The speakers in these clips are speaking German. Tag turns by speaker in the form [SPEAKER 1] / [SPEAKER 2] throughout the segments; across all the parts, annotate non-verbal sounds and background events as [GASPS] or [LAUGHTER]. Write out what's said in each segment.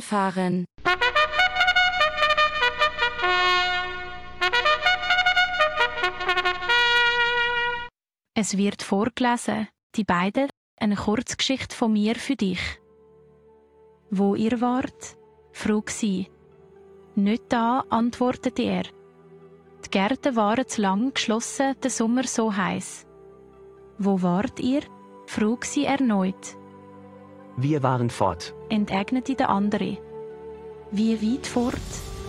[SPEAKER 1] Fanfaren.
[SPEAKER 2] Es wird vorgelesen, die beiden, eine Kurzgeschichte von mir für dich. Wo ihr wart? frug sie. Nicht da, antwortete er. Die Gärten waren zu lang geschlossen, der Sommer so heiß. Wo wart ihr? frug sie erneut,
[SPEAKER 3] Wir waren fort.
[SPEAKER 2] entgegnete der andere. Wie weit fort?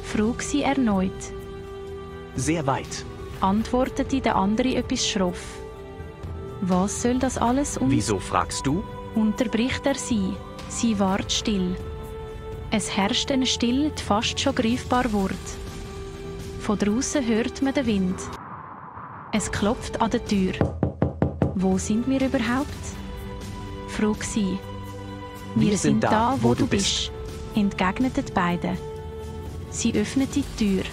[SPEAKER 2] frug sie erneut,
[SPEAKER 3] Sehr weit.
[SPEAKER 2] antwortete der andere etwas schroff. Was soll das alles um und
[SPEAKER 3] Wieso fragst du?
[SPEAKER 2] unterbricht er sie. Sie ward still. Es herrscht eine Stille, die fast schon greifbar wurde. Von draußen hört man den Wind. Es klopft an der Tür. Wo sind wir überhaupt? frug sie. Wir, sind da, wo du bist, entgegneten die beiden. Sie öffnet die Tür.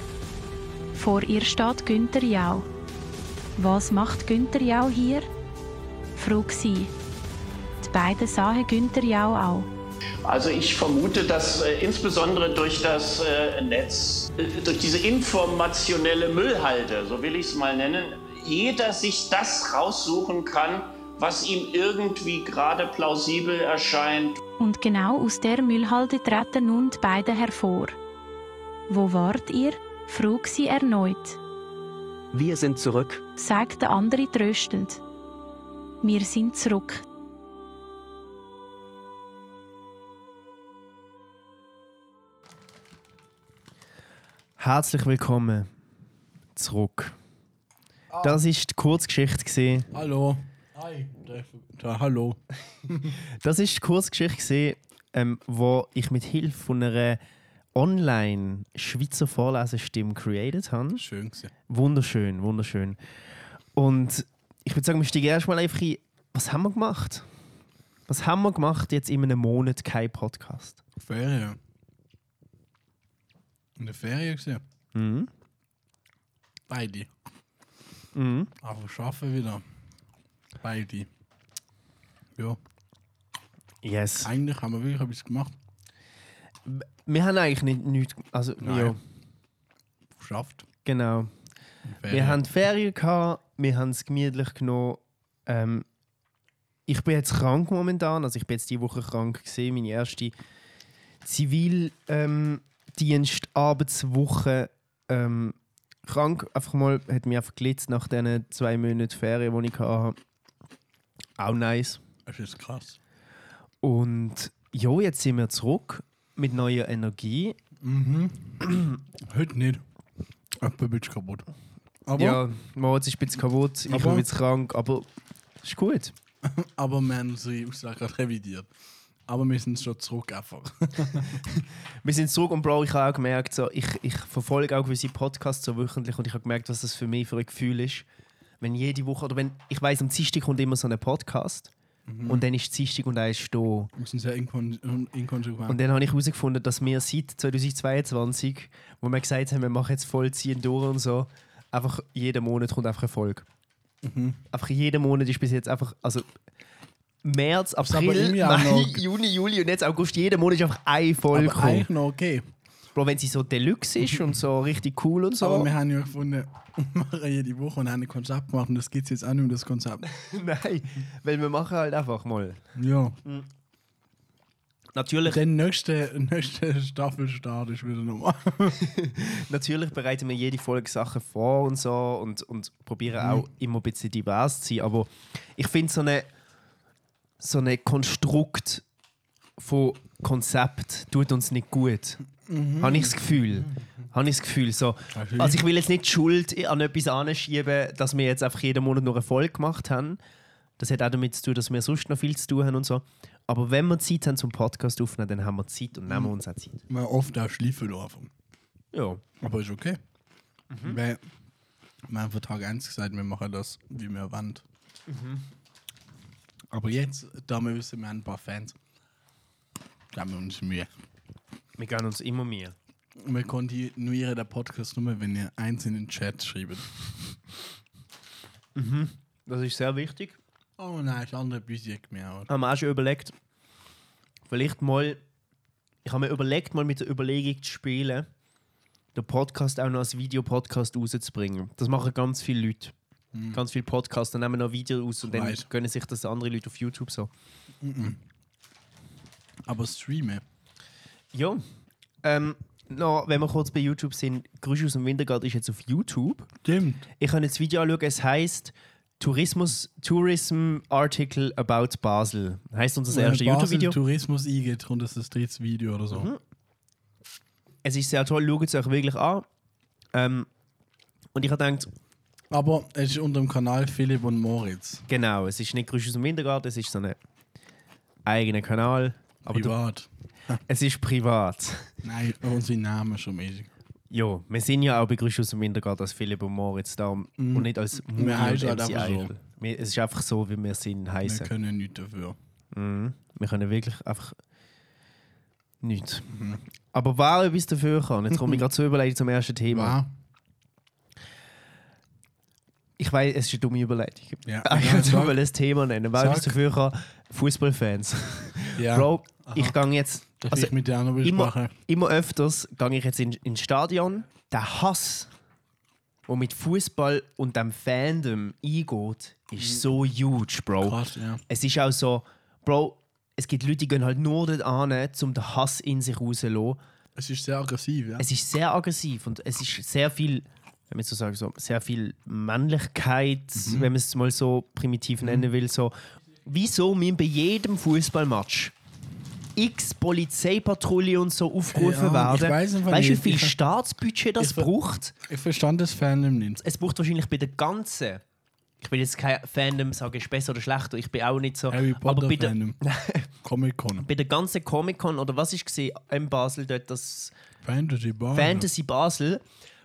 [SPEAKER 2] Vor ihr steht Günther Jau. Was macht Günther Jau hier? frug sie. Die beiden sahen Günther Jau auch.
[SPEAKER 4] Also ich vermute, dass äh, insbesondere durch das äh, Netz, äh, durch diese informationelle Müllhalde, so will ich es mal nennen, jeder sich das raussuchen kann, was ihm irgendwie gerade plausibel erscheint.
[SPEAKER 2] Und genau aus der Müllhalde treten nun die beiden hervor. Wo wart ihr? frug sie erneut,
[SPEAKER 3] Wir sind zurück.
[SPEAKER 2] sagt der andere tröstend. Wir sind zurück.
[SPEAKER 5] Herzlich willkommen zurück. Das ist die Kurzgeschichte. Gewesen.
[SPEAKER 6] Hallo. Hi. Da, da, hallo.
[SPEAKER 5] Das ist die Kurzgeschichte, gewesen, ähm, wo ich mit Hilfe von einer online Schweizer Vorlesestimme created habe.
[SPEAKER 6] Schön gewesen.
[SPEAKER 5] Wunderschön, wunderschön. Und ich würde sagen, wir steigen erstmal einfach ein. Was haben wir gemacht? Was haben wir gemacht jetzt in einem Monat kein Podcast?
[SPEAKER 6] Ferien. In der Ferien gesehen.
[SPEAKER 5] Mhm.
[SPEAKER 6] Beide.
[SPEAKER 5] Mhm.
[SPEAKER 6] Aber schaffen wieder. Beide. Ja.
[SPEAKER 5] Yes.
[SPEAKER 6] Eigentlich haben wir wirklich etwas gemacht.
[SPEAKER 5] Wir haben eigentlich nicht nichts. Also,
[SPEAKER 6] Nein.
[SPEAKER 5] ja,
[SPEAKER 6] Geschafft.
[SPEAKER 5] genau. Wir haben Ferien gehabt, wir haben es gemütlich genommen. Ähm, ich bin jetzt krank momentan, also ich bin jetzt die Woche krank gesehen, meine erste Zivildienst-Arbeitswoche ähm, krank. Einfach mal, hat mich einfach gelitzt nach diesen zwei Monaten Ferien, die ich hatte. Auch nice.
[SPEAKER 6] Das ist krass.
[SPEAKER 5] Und jo, jetzt sind wir zurück mit neuer Energie.
[SPEAKER 6] Heute nicht. Ich bin ein bisschen kaputt. Aber,
[SPEAKER 5] Ja, Moritz ist ein bisschen kaputt, ich
[SPEAKER 6] Aber-
[SPEAKER 5] bin jetzt krank, aber ist gut.
[SPEAKER 6] aber wir haben unsere Aussage gerade revidiert. Aber wir sind schon zurück einfach. [LAUGHS]
[SPEAKER 5] Wir sind zurück und Bro, ich habe auch gemerkt, so, ich, ich verfolge auch gewisse Podcasts so wöchentlich und ich habe gemerkt, was das für mich für ein Gefühl ist. Wenn jede Woche, oder wenn, ich weiß, am Dienstag kommt immer so ein Podcast
[SPEAKER 6] Mhm.
[SPEAKER 5] und dann ist Dienstag und er ist da. Und
[SPEAKER 6] wir sind sehr inkon inkonsequent.
[SPEAKER 5] dann habe ich herausgefunden, dass wir seit 2022, wo wir gesagt haben, wir machen jetzt vollziehen durch und so, einfach jeden Monat kommt einfach Erfolg.
[SPEAKER 6] Mhm.
[SPEAKER 5] Einfach jeden Monat ist bis jetzt einfach, also März,
[SPEAKER 6] aber
[SPEAKER 5] April,
[SPEAKER 6] irgendwie auch
[SPEAKER 5] Mai, [LAUGHS]
[SPEAKER 6] noch-
[SPEAKER 5] Juni, Juli und jetzt August, jeden Monat ist einfach ein Folge.
[SPEAKER 6] Aber
[SPEAKER 5] gekommen.
[SPEAKER 6] eigentlich noch okay.
[SPEAKER 5] Bro, wenn sie so deluxe ist und so richtig cool und
[SPEAKER 6] Aber
[SPEAKER 5] so.
[SPEAKER 6] wir haben ja gefunden, [LAUGHS] wir machen jede Woche und haben ein Konzept gemacht und das gibt es jetzt auch nicht mehr, das Konzept.
[SPEAKER 5] [LAUGHS] Nein, weil wir machen halt einfach mal.
[SPEAKER 6] Ja.
[SPEAKER 5] Natürlich,
[SPEAKER 6] Dann nächste, nächste Staffelstart ist wieder [LAUGHS] normal.
[SPEAKER 5] natürlich bereiten wir jede Folge Sachen vor und so und, und probieren auch immer ein bisschen divers zu sein. Aber ich finde so eine so eine Konstrukt von Konzept tut uns nicht gut. Habe ich das Gefühl. Habe ich das Gefühl. So,
[SPEAKER 6] Natürlich.
[SPEAKER 5] also ich will jetzt nicht die Schuld an etwas anschieben, dass wir jetzt einfach jeden Monat noch Erfolg gemacht haben. Das hat auch damit zu tun, dass wir sonst noch viel zu tun haben und so. Aber wenn wir Zeit haben zum Podcast aufnehmen, dann haben wir Zeit und nehmen uns auch Zeit.
[SPEAKER 6] Weil oft auch schleifen laufen.
[SPEAKER 5] Mhm. Ja.
[SPEAKER 6] Aber ist okay. Weil wir haben von Tag 1 gesagt, wir machen das, wie wir wollen. Aber jetzt, da wir wissen, wir haben ein paar Fans, geben wir uns Mühe.
[SPEAKER 5] Wir geben uns immer mehr.
[SPEAKER 6] Und wir kontinuieren den Podcast nur, wenn ihr eins in den Chat schreibt.
[SPEAKER 5] Das ist sehr wichtig.
[SPEAKER 6] Oh nein, das andere Büsi hat gemerkt.
[SPEAKER 5] Haben wir auch schon überlegt, vielleicht mal ich habe mir überlegt, mal mit der Überlegung zu spielen, den Podcast auch noch als Videopodcast rauszubringen. Das machen ganz viele Leute. Ganz viele Podcasts, dann nehmen noch Videos raus und dann
[SPEAKER 6] Right.
[SPEAKER 5] gönnen sich das andere Leute auf YouTube so.
[SPEAKER 6] Aber streame.
[SPEAKER 5] Ja. Ähm, noch, wenn wir kurz bei YouTube sind, Grüße aus dem Wintergarten ist jetzt auf YouTube.
[SPEAKER 6] Stimmt.
[SPEAKER 5] Ich kann jetzt das Video anschauen, es heißt Tourismus, Tourism Article about Basel. Heißt unser erste YouTube-Video.
[SPEAKER 6] Äh,
[SPEAKER 5] Mhm.
[SPEAKER 6] Tourismus eingeht und das ist das drittes Video oder so.
[SPEAKER 5] Es ist sehr toll, schaut es euch wirklich an. Ähm, und ich habe gedacht,
[SPEAKER 6] Aber es ist unter dem Kanal Philipp und Moritz.
[SPEAKER 5] genau, es ist nicht Grüße aus dem Wintergarten, es ist so ein eigener Kanal. Aber du,
[SPEAKER 6] Privat.
[SPEAKER 5] es ist privat.
[SPEAKER 6] Nein, unsere Namen schon mäßig.
[SPEAKER 5] Jo, wir sind ja auch bei Grüße aus dem Wintergarten als Philipp und Moritz da und nicht als Muri und
[SPEAKER 6] Mhm. heißen halt
[SPEAKER 5] MC
[SPEAKER 6] einfach so.
[SPEAKER 5] Eichel. Wir, es ist einfach so, wie wir sind,
[SPEAKER 6] Wir
[SPEAKER 5] heißen.
[SPEAKER 6] können nichts dafür.
[SPEAKER 5] Wir können wirklich einfach nichts.
[SPEAKER 6] Mhm.
[SPEAKER 5] Aber wer etwas dafür kann, jetzt komme ich
[SPEAKER 6] [LAUGHS]
[SPEAKER 5] gerade zur Überleitung zum ersten Thema.
[SPEAKER 6] War?
[SPEAKER 5] Ich weiß, es ist eine dumme Überleitung.
[SPEAKER 6] Ja.
[SPEAKER 5] Ah, [LAUGHS] ich
[SPEAKER 6] Ja,
[SPEAKER 5] wollte
[SPEAKER 6] sag.
[SPEAKER 5] mal ein Thema nennen. Wer etwas
[SPEAKER 6] Sag.
[SPEAKER 5] dafür kann, Fußballfans.
[SPEAKER 6] Ja.
[SPEAKER 5] Bro, ich gehe jetzt.
[SPEAKER 6] Darf
[SPEAKER 5] Also,
[SPEAKER 6] ich mit dir auch noch
[SPEAKER 5] immer,
[SPEAKER 6] besprechen?
[SPEAKER 5] immer öfters gehe ich jetzt in- ins Stadion. Der Hass, der mit Fußball und dem Fandom eingeht, ist so huge, Bro.
[SPEAKER 6] Mhm. Krass, ja.
[SPEAKER 5] Es ist auch so, Bro, es gibt Leute, die gehen halt nur dort an, um den Hass in sich rauszulassen.
[SPEAKER 6] Es ist sehr aggressiv, ja.
[SPEAKER 5] Es ist sehr aggressiv und es ist sehr viel, wenn man so sagen so, sehr viel Männlichkeit,
[SPEAKER 6] Mhm.
[SPEAKER 5] wenn man es mal so primitiv nennen will. So, wieso müssen bei jedem Fußballmatch x Polizeipatrouille und so aufgerufen
[SPEAKER 6] Ja, ich
[SPEAKER 5] werden?
[SPEAKER 6] weiss einfach
[SPEAKER 5] weißt du, wie
[SPEAKER 6] nicht.
[SPEAKER 5] viel
[SPEAKER 6] Ich-
[SPEAKER 5] Staatsbudget das
[SPEAKER 6] ich-
[SPEAKER 5] braucht?
[SPEAKER 6] Ich verstand das Fandom nicht.
[SPEAKER 5] Es braucht wahrscheinlich bei der ganzen. Ich will jetzt kein Fandom sagen, ist besser oder schlechter. Ich bin auch nicht so.
[SPEAKER 6] Harry
[SPEAKER 5] aber
[SPEAKER 6] Potter
[SPEAKER 5] bei der,
[SPEAKER 6] Fandom. Comic Con.
[SPEAKER 5] [LAUGHS] bei der ganzen Comic-Con oder was ich gesehen in Basel dort, das
[SPEAKER 6] Fantasy Bar.
[SPEAKER 5] Fantasy Basel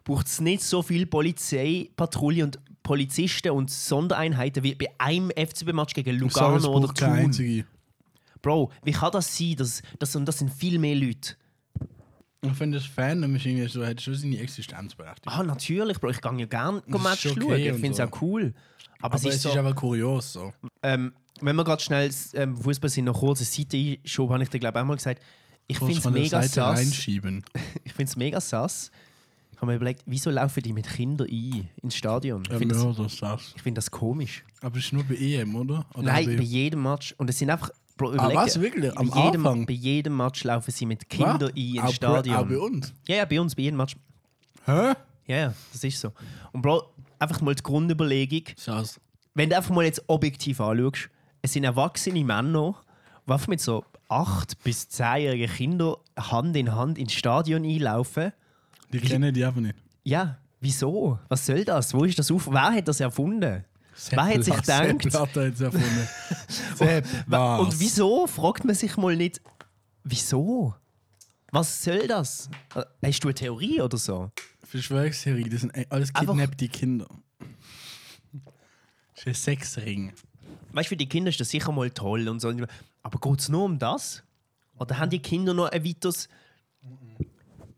[SPEAKER 5] braucht es nicht so viel Polizei, Patrouille und Polizisten und Sondereinheiten wie bei einem FCB-Match gegen Lugano
[SPEAKER 6] Sorry, es
[SPEAKER 5] oder
[SPEAKER 6] braucht keine
[SPEAKER 5] Thun.
[SPEAKER 6] einzige.
[SPEAKER 5] Bro, wie kann das sein? Das, das, und das sind viel mehr Leute.
[SPEAKER 6] Ich finde, das Fandom ist irgendwie so, hat schon seine Existenzberechtigung.
[SPEAKER 5] Ah, natürlich, Bro. Ich gehe ja gerne
[SPEAKER 6] ist
[SPEAKER 5] Match
[SPEAKER 6] okay
[SPEAKER 5] schauen. Ich
[SPEAKER 6] und
[SPEAKER 5] finde es
[SPEAKER 6] so.
[SPEAKER 5] auch cool. Aber,
[SPEAKER 6] Aber
[SPEAKER 5] es ist, so,
[SPEAKER 6] aber kurios so.
[SPEAKER 5] ähm, wenn wir gerade schnell ähm, Fußball sind, noch kurz eine Seite einschoben, habe ich dir, glaube ich, auch mal gesagt, ich finde
[SPEAKER 6] Kurz
[SPEAKER 5] es
[SPEAKER 6] von der
[SPEAKER 5] mega
[SPEAKER 6] Seite
[SPEAKER 5] sass.
[SPEAKER 6] reinschieben.
[SPEAKER 5] Ich finde es mega sass. Ich habe mir überlegt, wieso laufen die mit Kindern ein ins Stadion? Ich
[SPEAKER 6] Ja, genau.
[SPEAKER 5] finde das,
[SPEAKER 6] Mörder ist das.
[SPEAKER 5] ich find das komisch.
[SPEAKER 6] Aber es ist nur bei EM, oder? oder
[SPEAKER 5] Nein, bei
[SPEAKER 6] bei
[SPEAKER 5] jedem Match. Und es sind einfach. Bro, überleg
[SPEAKER 6] Ah, was,
[SPEAKER 5] dir,
[SPEAKER 6] wirklich?
[SPEAKER 5] Bei
[SPEAKER 6] Am
[SPEAKER 5] jedem,
[SPEAKER 6] Anfang?
[SPEAKER 5] bei jedem Match laufen sie mit Kindern ein ins
[SPEAKER 6] Auch bei-
[SPEAKER 5] Stadion.
[SPEAKER 6] Auch bei uns.
[SPEAKER 5] ja, ja, bei uns, bei jedem Match.
[SPEAKER 6] Hä?
[SPEAKER 5] Ja, ja, das ist so. Und Bro, einfach mal die Grundüberlegung.
[SPEAKER 6] Sass.
[SPEAKER 5] Wenn du einfach mal jetzt objektiv anschaust, es sind erwachsene Männer, die einfach mit so 8- bis 10-jährigen Kindern Hand in Hand ins Stadion einlaufen.
[SPEAKER 6] Die kennen die einfach nicht.
[SPEAKER 5] Ja, wieso? Was soll das? Wo ist das auf? Wer hat das erfunden? Wer hat sich gedacht?
[SPEAKER 6] Sepp hat er jetzt erfunden. Sepp, was?
[SPEAKER 5] Und wieso fragt man sich mal nicht, wieso? Was soll das? Äh, Hast du eine Theorie oder so?
[SPEAKER 6] Verschwörungstheorie, das sind e- alles
[SPEAKER 5] Einfach-
[SPEAKER 6] kidnappte Kinder. Das ist ein Sexring.
[SPEAKER 5] Weißt du, für die Kinder ist das sicher mal toll und so. Aber geht es nur um das? Oder haben die Kinder noch ein weiteres.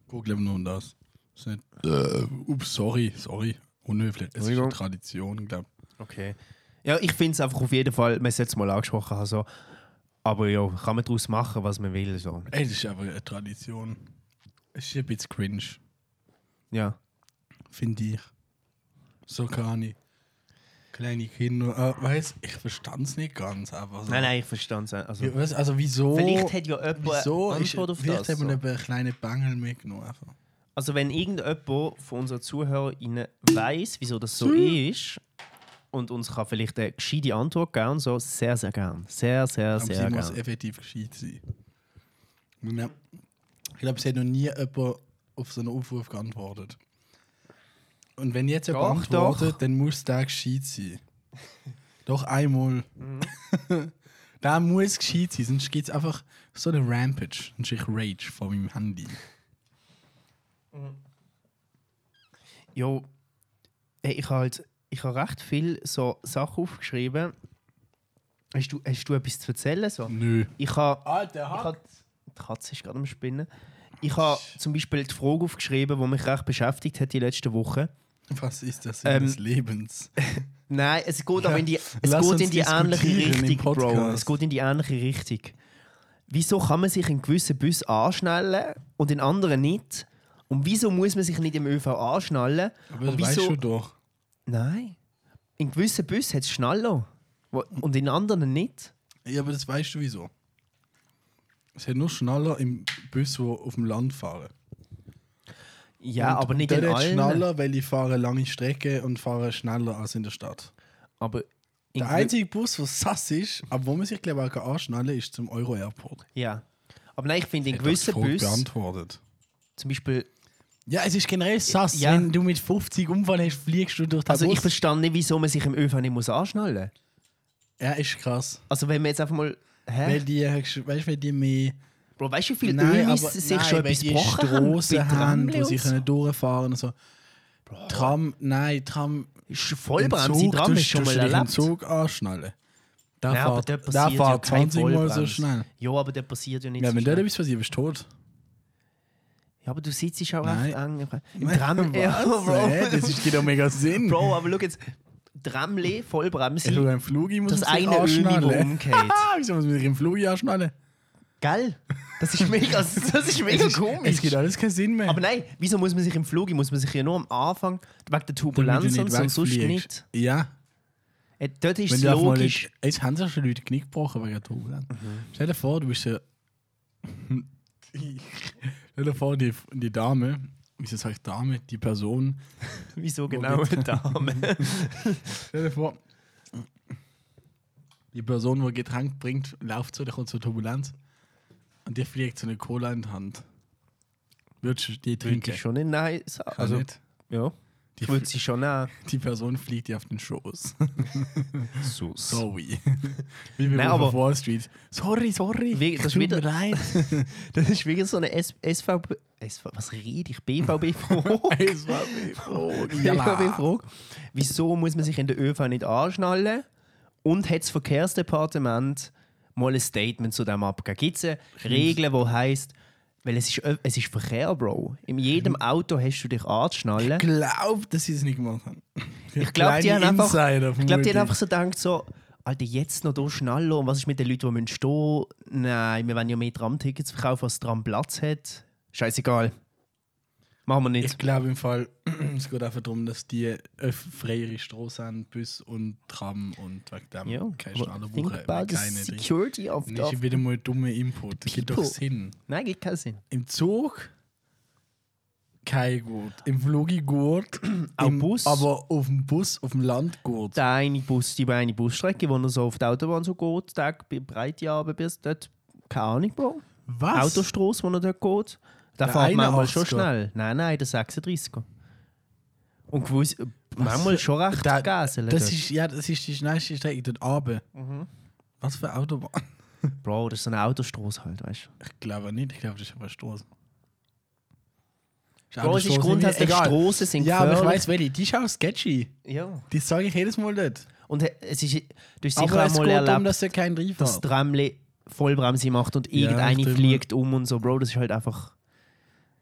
[SPEAKER 6] Guck lieber nur um das. das ist nicht, äh, ups, sorry, sorry. Unhöflich. Es ist eine
[SPEAKER 5] Entschuldigung.
[SPEAKER 6] Tradition, glaube
[SPEAKER 5] Okay. Ja, ich finde es einfach auf jeden Fall, man sollte es mal angesprochen haben. So. Aber ja, kann man daraus machen, was man will. So.
[SPEAKER 6] ich. Ey, das ist einfach eine Tradition. Es ist ein bisschen cringe,
[SPEAKER 5] Ja.
[SPEAKER 6] finde ich. So kann ich. Kleine Kinder. Äh, weißt ich verstand es nicht ganz einfach. So.
[SPEAKER 5] Nein, nein, ich verstehe es. Also,
[SPEAKER 6] Ja, weißt, also wieso?
[SPEAKER 5] Vielleicht hat ja jemand
[SPEAKER 6] wieso
[SPEAKER 5] eine
[SPEAKER 6] ist,
[SPEAKER 5] Antwort auf
[SPEAKER 6] Vielleicht
[SPEAKER 5] das,
[SPEAKER 6] hat man
[SPEAKER 5] so.
[SPEAKER 6] eben einen kleinen Bengel mitgenommen. Einfach.
[SPEAKER 5] Also wenn irgendjemand von unseren ZuhörerInnen weiß, wieso das so
[SPEAKER 6] Hm.
[SPEAKER 5] ist und uns kann vielleicht eine gescheite Antwort geben, und so sehr, sehr gern. Sehr, sehr,
[SPEAKER 6] Aber
[SPEAKER 5] sehr
[SPEAKER 6] sie muss
[SPEAKER 5] gern.
[SPEAKER 6] effektiv gescheit sein. Ja. Ich glaube, sie hat noch nie jemand auf so einen Aufruf geantwortet. Und wenn jetzt jemand
[SPEAKER 5] Doch,
[SPEAKER 6] antwortet,
[SPEAKER 5] doch.
[SPEAKER 6] dann muss der
[SPEAKER 5] [LAUGHS]
[SPEAKER 6] gescheit sein. doch einmal.
[SPEAKER 5] Mhm.
[SPEAKER 6] [LAUGHS] der muss gescheit sein, sonst gibt es einfach so eine Rampage. Sonst ich Rage vor meinem Handy.
[SPEAKER 5] Jo, hey, ich habe halt, ich habe recht viel so Sachen aufgeschrieben. Hast du, hast du etwas zu erzählen? So?
[SPEAKER 6] Nö.
[SPEAKER 5] Ich habe...
[SPEAKER 6] Alter,
[SPEAKER 5] Ich hab, die Katze ist gerade am Spinnen. Ich habe zum Beispiel die Frage aufgeschrieben, die mich recht beschäftigt hat die letzten Wochen.
[SPEAKER 6] Was ist das Sinn
[SPEAKER 5] Ähm,
[SPEAKER 6] des
[SPEAKER 5] [LAUGHS]
[SPEAKER 6] Lebens?
[SPEAKER 5] Nein, es geht auch in die, es
[SPEAKER 6] Lass
[SPEAKER 5] geht
[SPEAKER 6] uns
[SPEAKER 5] in die
[SPEAKER 6] diskutieren
[SPEAKER 5] ähnliche
[SPEAKER 6] im
[SPEAKER 5] Richtung, Bro.
[SPEAKER 6] Podcast.
[SPEAKER 5] Es geht in die ähnliche Richtung. wieso kann man sich in gewissen Bus anschnallen und in anderen nicht? Und wieso muss man sich nicht im ÖV anschnallen?
[SPEAKER 6] Aber
[SPEAKER 5] und
[SPEAKER 6] das weißt
[SPEAKER 5] wieso?
[SPEAKER 6] du doch.
[SPEAKER 5] Nein. In gewissen Bussen hat es Schnallo. Wo- Und in anderen nicht.
[SPEAKER 6] Ja, aber das weißt du wieso. Es hat nur schneller im Bus, die auf dem Land fahren.
[SPEAKER 5] Ja,
[SPEAKER 6] Und
[SPEAKER 5] aber nicht
[SPEAKER 6] dort
[SPEAKER 5] in
[SPEAKER 6] hat's
[SPEAKER 5] allen.
[SPEAKER 6] schneller, weil die fahren lange Strecken und fahren schneller als in der Stadt.
[SPEAKER 5] Aber in
[SPEAKER 6] Der
[SPEAKER 5] gewi-
[SPEAKER 6] einzige Bus, der sass ist, aber wo man sich glaube ich auch anschnallen kann, ist zum Euro Airport.
[SPEAKER 5] Ja. Aber nein, ich finde in
[SPEAKER 6] Hat doch die
[SPEAKER 5] gewissen
[SPEAKER 6] Frage
[SPEAKER 5] Bussen,
[SPEAKER 6] beantwortet.
[SPEAKER 5] zum Beispiel
[SPEAKER 6] Ja, es ist generell sass.
[SPEAKER 5] Ja.
[SPEAKER 6] Wenn du mit 50 Unfall hast, fliegst du durch den
[SPEAKER 5] Also
[SPEAKER 6] Bus.
[SPEAKER 5] ich verstand nicht, wieso man sich im ÖV nicht muss anschnallen muss.
[SPEAKER 6] ja, ist krass.
[SPEAKER 5] Also wenn man jetzt einfach mal... Hä?
[SPEAKER 6] Weil die, weißt du, wenn die mehr...
[SPEAKER 5] Bro, weißt du, wie viele Ömis sich schon
[SPEAKER 6] weil
[SPEAKER 5] etwas
[SPEAKER 6] die
[SPEAKER 5] gebrochen haben?
[SPEAKER 6] Strassen
[SPEAKER 5] Bei
[SPEAKER 6] haben,
[SPEAKER 5] Tramli
[SPEAKER 6] wo sie
[SPEAKER 5] und so.
[SPEAKER 6] können durchfahren und so. Tram, nein, Tram...
[SPEAKER 5] Ist
[SPEAKER 6] im
[SPEAKER 5] Vollbremse in
[SPEAKER 6] Zug
[SPEAKER 5] Tram
[SPEAKER 6] tust-
[SPEAKER 5] ist schon
[SPEAKER 6] tust
[SPEAKER 5] mal
[SPEAKER 6] du dich im
[SPEAKER 5] erlebt.
[SPEAKER 6] Zug anschnallen. Der
[SPEAKER 5] Nein, aber
[SPEAKER 6] fährt,
[SPEAKER 5] dort
[SPEAKER 6] der
[SPEAKER 5] passiert ja
[SPEAKER 6] fährt
[SPEAKER 5] keine
[SPEAKER 6] 20 Mal so
[SPEAKER 5] Vollbremse.
[SPEAKER 6] schnell.
[SPEAKER 5] Ja, aber dort passiert ja nichts.
[SPEAKER 6] Ja,
[SPEAKER 5] so
[SPEAKER 6] wenn dort
[SPEAKER 5] schnell.
[SPEAKER 6] etwas passiert, bist du tot.
[SPEAKER 5] ja, aber du sitzt auch
[SPEAKER 6] Nein.
[SPEAKER 5] echt eng. im- Im Tram... Ja,
[SPEAKER 6] Was?
[SPEAKER 5] [LAUGHS]
[SPEAKER 6] Hä?
[SPEAKER 5] Bro.
[SPEAKER 6] Das ist dir doch mega
[SPEAKER 5] [LAUGHS]
[SPEAKER 6] Sinn.
[SPEAKER 5] Bro, aber schau jetzt. Tramli,
[SPEAKER 6] Ich schaue
[SPEAKER 5] Vollbremse,
[SPEAKER 6] im Flug, ich muss
[SPEAKER 5] das
[SPEAKER 6] mich
[SPEAKER 5] eine Ömi,
[SPEAKER 6] anschnallen.
[SPEAKER 5] das umgeht.
[SPEAKER 6] Ah, [LAUGHS] wieso muss man sich im Flug anschnallen?
[SPEAKER 5] Geil? Das ist
[SPEAKER 6] [LAUGHS]
[SPEAKER 5] mega, das ist mega komisch.
[SPEAKER 6] Es gibt alles keinen Sinn mehr.
[SPEAKER 5] aber nein, wieso muss man sich im Flug, muss man sich ja nur am Anfang, wegen der
[SPEAKER 6] Damit du
[SPEAKER 5] Turbulenz und so, und sonst
[SPEAKER 6] wegfliegst.
[SPEAKER 5] nicht.
[SPEAKER 6] Ja.
[SPEAKER 5] Äh, Dort ist
[SPEAKER 6] Wenn
[SPEAKER 5] es
[SPEAKER 6] du einfach mal
[SPEAKER 5] logisch. Mhm.
[SPEAKER 6] nicht, jetzt haben sich schon Leute Knick gebrochen wegen der Turbulenz. Stell dir vor, du
[SPEAKER 5] [LAUGHS]
[SPEAKER 6] bist ja. Stell dir vor, die, die Dame, wieso sage ich Dame, die Person.
[SPEAKER 5] Wieso genau [LAUGHS]
[SPEAKER 6] [LAUGHS]
[SPEAKER 5] Dame?
[SPEAKER 6] Stell dir vor, die Person, die Getränk bringt, läuft so, der kommt zur Turbulenz und dir fliegt so eine Cola in die Hand. Würdest du die trinken?
[SPEAKER 5] schon nicht nein sagen.
[SPEAKER 6] Also,
[SPEAKER 5] Also,
[SPEAKER 6] nicht.
[SPEAKER 5] ja.
[SPEAKER 6] Die,
[SPEAKER 5] Ich würde sie schon nehmen.
[SPEAKER 6] die Person fliegt dir auf den Schoß.
[SPEAKER 5] Sus.
[SPEAKER 6] Sorry. [LAUGHS] Wie bei
[SPEAKER 5] Nein,
[SPEAKER 6] Wolf
[SPEAKER 5] aber-
[SPEAKER 6] of Wall Street. Sorry, sorry.
[SPEAKER 5] Wie- das ist
[SPEAKER 6] Tut
[SPEAKER 5] wieder-
[SPEAKER 6] mir leid.
[SPEAKER 5] Das ist wirklich so eine S SVB. SV, was rede ich? BVB-Frage.
[SPEAKER 6] [LAUGHS] Es war
[SPEAKER 5] [LAUGHS]
[SPEAKER 6] mir Frage.
[SPEAKER 5] BVB-Frage. Wieso muss man sich in der ÖV nicht anschnallen? Und hat das Verkehrsdepartement mal ein Statement zu dem abgegeben? Gibt es Regeln, die heisst, weil es ist, Ö- es ist Verkehr, Bro. In jedem Auto hast du dich anzuschnallen.
[SPEAKER 6] Glaub, dass sie es nicht gemacht haben.
[SPEAKER 5] Ich glaube, die haben einfach, ich glaub, die haben einfach so gedacht, so, Alter, jetzt noch hier schnell und was ist mit den Leuten, die müssen stehen? Nein, wir wollen ja mehr Tramtickets verkaufen, als Tram Platz hat. Scheißegal. Machen wir
[SPEAKER 6] Ich
[SPEAKER 5] nicht.
[SPEAKER 6] glaube im Fall, [CLEARS THROAT] es geht einfach darum, dass die äh, freiere Straße haben, Bus und Tram und wegen dem
[SPEAKER 5] ja,
[SPEAKER 6] keine
[SPEAKER 5] aber think
[SPEAKER 6] Schnallerbuche,
[SPEAKER 5] about the
[SPEAKER 6] keine Dinge.
[SPEAKER 5] security of
[SPEAKER 6] Das ist
[SPEAKER 5] the...
[SPEAKER 6] wieder mal ein dummer Input. Das gibt doch
[SPEAKER 5] People.
[SPEAKER 6] Sinn.
[SPEAKER 5] Nein, gibt keinen Sinn.
[SPEAKER 6] Im Zug kein Gurt. Im Flug Gurt.
[SPEAKER 5] Auch
[SPEAKER 6] im-
[SPEAKER 5] Bus?
[SPEAKER 6] Aber auf dem Bus, auf dem Land Gurt.
[SPEAKER 5] Der eine Bus, die eine Busstrecke, wo er so auf der Autobahn so geht, Tag bei Breite aber bis dort, keine Ahnung, Bro.
[SPEAKER 6] Was?
[SPEAKER 5] Autostrasse, wo er dort geht. Da
[SPEAKER 6] Der
[SPEAKER 5] fährt manchmal
[SPEAKER 6] 81er.
[SPEAKER 5] schon schnell. Nein, nein, der 36er. Und gewiss, manchmal schon recht
[SPEAKER 6] Da-
[SPEAKER 5] Gasel.
[SPEAKER 6] Das
[SPEAKER 5] dort.
[SPEAKER 6] ist, ja, das ist die schnellste Strecke dort runter.
[SPEAKER 5] Mhm.
[SPEAKER 6] Was für eine Autobahn? [LAUGHS]
[SPEAKER 5] Bro, das ist so eine Autostrasse halt, weißt du.
[SPEAKER 6] Ich glaube nicht, ich glaube, das ist aber Straße.
[SPEAKER 5] Bro, es ist grundsätzlich, Strassen sind
[SPEAKER 6] Ja, aber ich
[SPEAKER 5] gefährlich.
[SPEAKER 6] weiß, welche, die ist auch sketchy.
[SPEAKER 5] Ja.
[SPEAKER 6] Die sage ich jedes Mal dort.
[SPEAKER 5] Und he- es ist, du hast
[SPEAKER 6] Aber
[SPEAKER 5] sicher
[SPEAKER 6] es
[SPEAKER 5] auch mal
[SPEAKER 6] geht um darum,
[SPEAKER 5] erlebt,
[SPEAKER 6] dass er keinen
[SPEAKER 5] dass
[SPEAKER 6] reinfährt.
[SPEAKER 5] das Tramli Vollbremse macht und irgendeine
[SPEAKER 6] stimmt.
[SPEAKER 5] fliegt um und so. Bro, das ist halt einfach...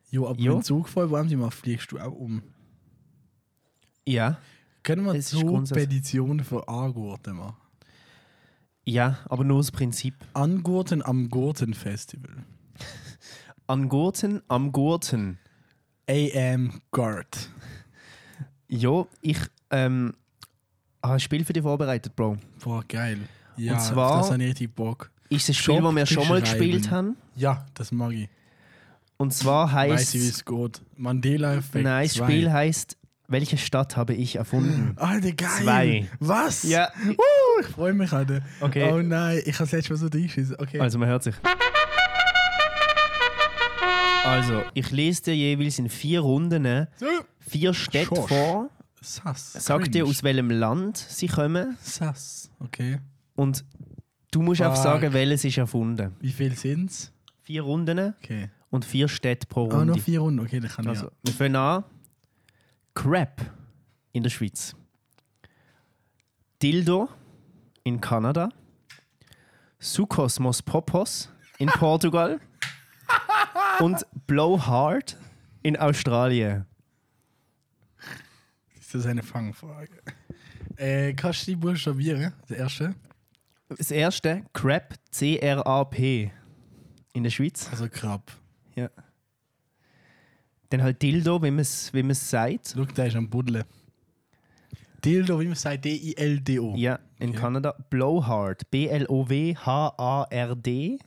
[SPEAKER 6] Jo, aber
[SPEAKER 5] Jo.
[SPEAKER 6] wenn Zug voll warm sind, fliegst du auch um.
[SPEAKER 5] Ja.
[SPEAKER 6] Können wir
[SPEAKER 5] Es ist
[SPEAKER 6] so
[SPEAKER 5] grundsätzlich-
[SPEAKER 6] Petitionen für Angurten machen?
[SPEAKER 5] Ja, aber nur das Prinzip.
[SPEAKER 6] Angurten am Gurten-Festival.
[SPEAKER 5] An Gurten, am Gurten.
[SPEAKER 6] AM Gurt.
[SPEAKER 5] Ja, ich ähm, habe ein Spiel für dich vorbereitet, Bro.
[SPEAKER 6] Boah, geil. Ja,
[SPEAKER 5] Und zwar-
[SPEAKER 6] auf das habe ich richtig Bock.
[SPEAKER 5] Ist ein Spiel, das wir schon mal
[SPEAKER 6] Schreiben.
[SPEAKER 5] gespielt haben.
[SPEAKER 6] Ja, das mag ich.
[SPEAKER 5] Und zwar
[SPEAKER 6] Weiß ich, wie
[SPEAKER 5] heißt
[SPEAKER 6] es geht. Mandela-Effekt.
[SPEAKER 5] Nein, das
[SPEAKER 6] 2.
[SPEAKER 5] Spiel heißt Welche Stadt habe ich erfunden?
[SPEAKER 6] Alter, geil.
[SPEAKER 5] Zwei.
[SPEAKER 6] Was?
[SPEAKER 5] Ja.
[SPEAKER 6] Uh, ich freue mich, Alter.
[SPEAKER 5] Okay.
[SPEAKER 6] Oh nein, ich habe es letztes Mal so reingeschissen. Okay.
[SPEAKER 5] Also man hört sich. Also, ich lese dir jeweils in vier Runden ne? vier Städte
[SPEAKER 6] Schorsch.
[SPEAKER 5] vor,
[SPEAKER 6] Sass.
[SPEAKER 5] sag dir
[SPEAKER 6] Cringe.
[SPEAKER 5] aus welchem Land sie kommen
[SPEAKER 6] Sass. Okay.
[SPEAKER 5] und du musst einfach
[SPEAKER 6] Fuck.
[SPEAKER 5] sagen, welches ist erfunden.
[SPEAKER 6] Wie viel sind's?
[SPEAKER 5] Vier Runden
[SPEAKER 6] Okay.
[SPEAKER 5] und vier Städte pro
[SPEAKER 6] Ah,
[SPEAKER 5] Runde.
[SPEAKER 6] noch vier Runden. Okay, dann kann
[SPEAKER 5] Also, wir fangen an. Crap in der Schweiz. Dildo in Kanada. Sucos Mos Popos in Portugal. und Blowhard in Australien.
[SPEAKER 6] ich. Ist das eine Fangfrage? Äh, kannst du die Buchstabieren? Der erste?
[SPEAKER 5] Das erste, Crap, C-R-A-P. in der Schweiz.
[SPEAKER 6] Also Krab.
[SPEAKER 5] Ja. Dann halt Dildo, wie man es wie man's sagt.
[SPEAKER 6] Schau, der ist am Buddeln. Dildo, wie man sagt, D-I-L-D-O.
[SPEAKER 5] Ja, in
[SPEAKER 6] Okay.
[SPEAKER 5] Kanada. Blowhard. B-L-O-W-H-A-R-D.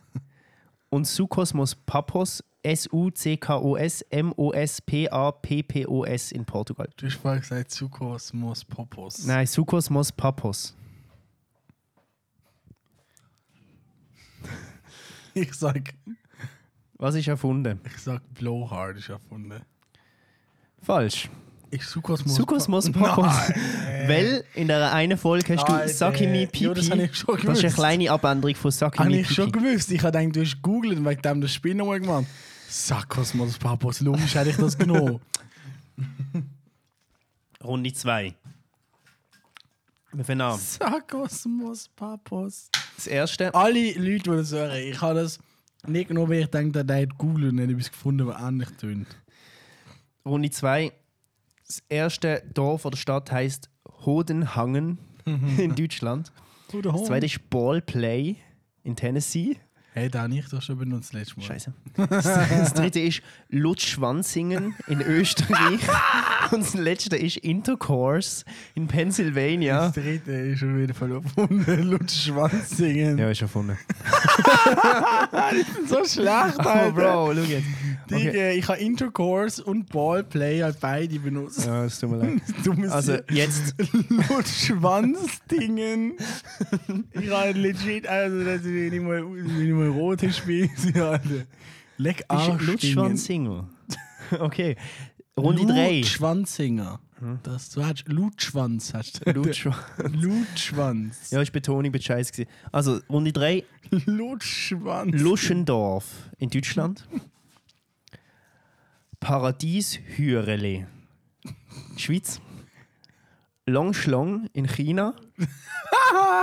[SPEAKER 5] Und Sucosmos Papos. S-U-C-K-O-S. M-O-S-P-A-P-P-O-S in Portugal.
[SPEAKER 6] Du hast vorher gesagt, Zucos, Mos, Popos.
[SPEAKER 5] Nein, Sucosmos Papos.
[SPEAKER 6] [LAUGHS] Ich sag,
[SPEAKER 5] Was ist erfunden?
[SPEAKER 6] ich sag Blowhard ist erfunden.
[SPEAKER 5] Falsch.
[SPEAKER 6] Ich Sucos, Mos,
[SPEAKER 5] Sucosmos Papos. Weil in der einen Folge hast du
[SPEAKER 6] Alter.
[SPEAKER 5] Sakimi Pipi.
[SPEAKER 6] Ja, das habe ich schon
[SPEAKER 5] Das ist eine
[SPEAKER 6] gewusst.
[SPEAKER 5] kleine Abänderung von
[SPEAKER 6] Habe
[SPEAKER 5] Sakimi
[SPEAKER 6] ich
[SPEAKER 5] Pipi.
[SPEAKER 6] schon gewusst. Ich habe gedacht, du hast googelt und wegen dem das Spiel nochmal gemacht. Sakos, Mos, Papos. Logisch hätte ich
[SPEAKER 5] [LAUGHS]
[SPEAKER 6] das genommen.
[SPEAKER 5] Runde 2. Wir fangen an.
[SPEAKER 6] Sakos, Mos, Papos.
[SPEAKER 5] Das erste.
[SPEAKER 6] Alle Leute, die das hören, ich habe das nicht genommen, weil ich denke, der hat googelt und nicht etwas gefunden, was ähnlich tönt.
[SPEAKER 5] Runde 2. Das erste Dorf oder Stadt heißt Hodenhangen in Deutschland.
[SPEAKER 6] Oder
[SPEAKER 5] Das zweite ist Ballplay in Tennessee.
[SPEAKER 6] Hey, da nicht, das schon benutzt letztes Mal.
[SPEAKER 5] Scheiße. Das dritte ist Lutschwanzingen in Österreich. Und das letzte ist Intercourse in Pennsylvania.
[SPEAKER 6] Das dritte ist schon wieder [LAUGHS] verbunden. Lutz Schwanzingen.
[SPEAKER 5] ist erfunden.
[SPEAKER 6] So schlecht,
[SPEAKER 5] Oh,
[SPEAKER 6] Alter.
[SPEAKER 5] Bro, schau jetzt.
[SPEAKER 6] Digga, äh, ich habe Intercourse und Ballplay halt beide benutzt. [LAUGHS]
[SPEAKER 5] Ja, es tut mir leid.
[SPEAKER 6] Dummes
[SPEAKER 5] Also,
[SPEAKER 6] Tier.
[SPEAKER 5] jetzt
[SPEAKER 6] Lutz Schwanzdingen. ich habe legit, also das ist nicht mal, nicht mal rote Spezi, Alter. Leck Arsch.
[SPEAKER 5] Lutschwanzinger. Okay. Runde 3.
[SPEAKER 6] Schwanzinger.
[SPEAKER 5] Hm.
[SPEAKER 6] Das, du hast Lutschwanz. Hast du.
[SPEAKER 5] Lutschwanz.
[SPEAKER 6] Lutschwanz.
[SPEAKER 5] Ja, ich Betonung bin scheiße gewesen. Also, Runde 3.
[SPEAKER 6] Lutschwanz.
[SPEAKER 5] Luschendorf in Deutschland. Paradieshüreli. Schweiz. Longschlong in China.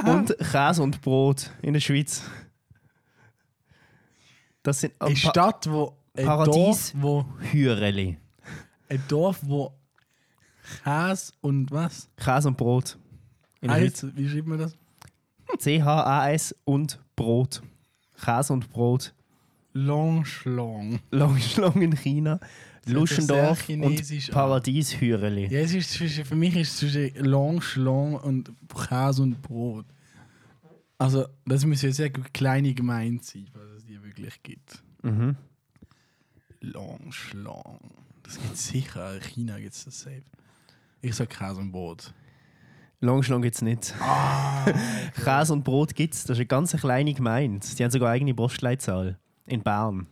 [SPEAKER 5] und Käse und Brot in der Schweiz. Das sind
[SPEAKER 6] Eine Stadt, wo ein
[SPEAKER 5] Paradies.
[SPEAKER 6] Dorf, wo
[SPEAKER 5] Hüreli.
[SPEAKER 6] ein Dorf, wo Käse und was?
[SPEAKER 5] Käse und Brot. In der Schweiz.
[SPEAKER 6] Heißt, wie schreibt man das?
[SPEAKER 5] C-H-A-S und Brot. Käse und Brot.
[SPEAKER 6] Longschlong.
[SPEAKER 5] Longschlong in China. Luschendorf
[SPEAKER 6] sehr chinesisch ah.
[SPEAKER 5] und
[SPEAKER 6] an.
[SPEAKER 5] Paradieshüreli.
[SPEAKER 6] Ja, es ist zwischen, für mich ist es zwischen Longschlong und Käse und Brot. Also, das muss ja sehr gut kleine Gemeinde sein, was es die wirklich gibt.
[SPEAKER 5] Mhm.
[SPEAKER 6] Longschlong. Das gibt sicher. In China gibt es das safe. Ich sag Käse und Brot.
[SPEAKER 5] Longschlong gibt es nicht. [LAUGHS] Käse und Brot gibt es. Das ist eine ganz kleine Gemeinde. Die haben sogar eigene Postleitzahl. In Bern.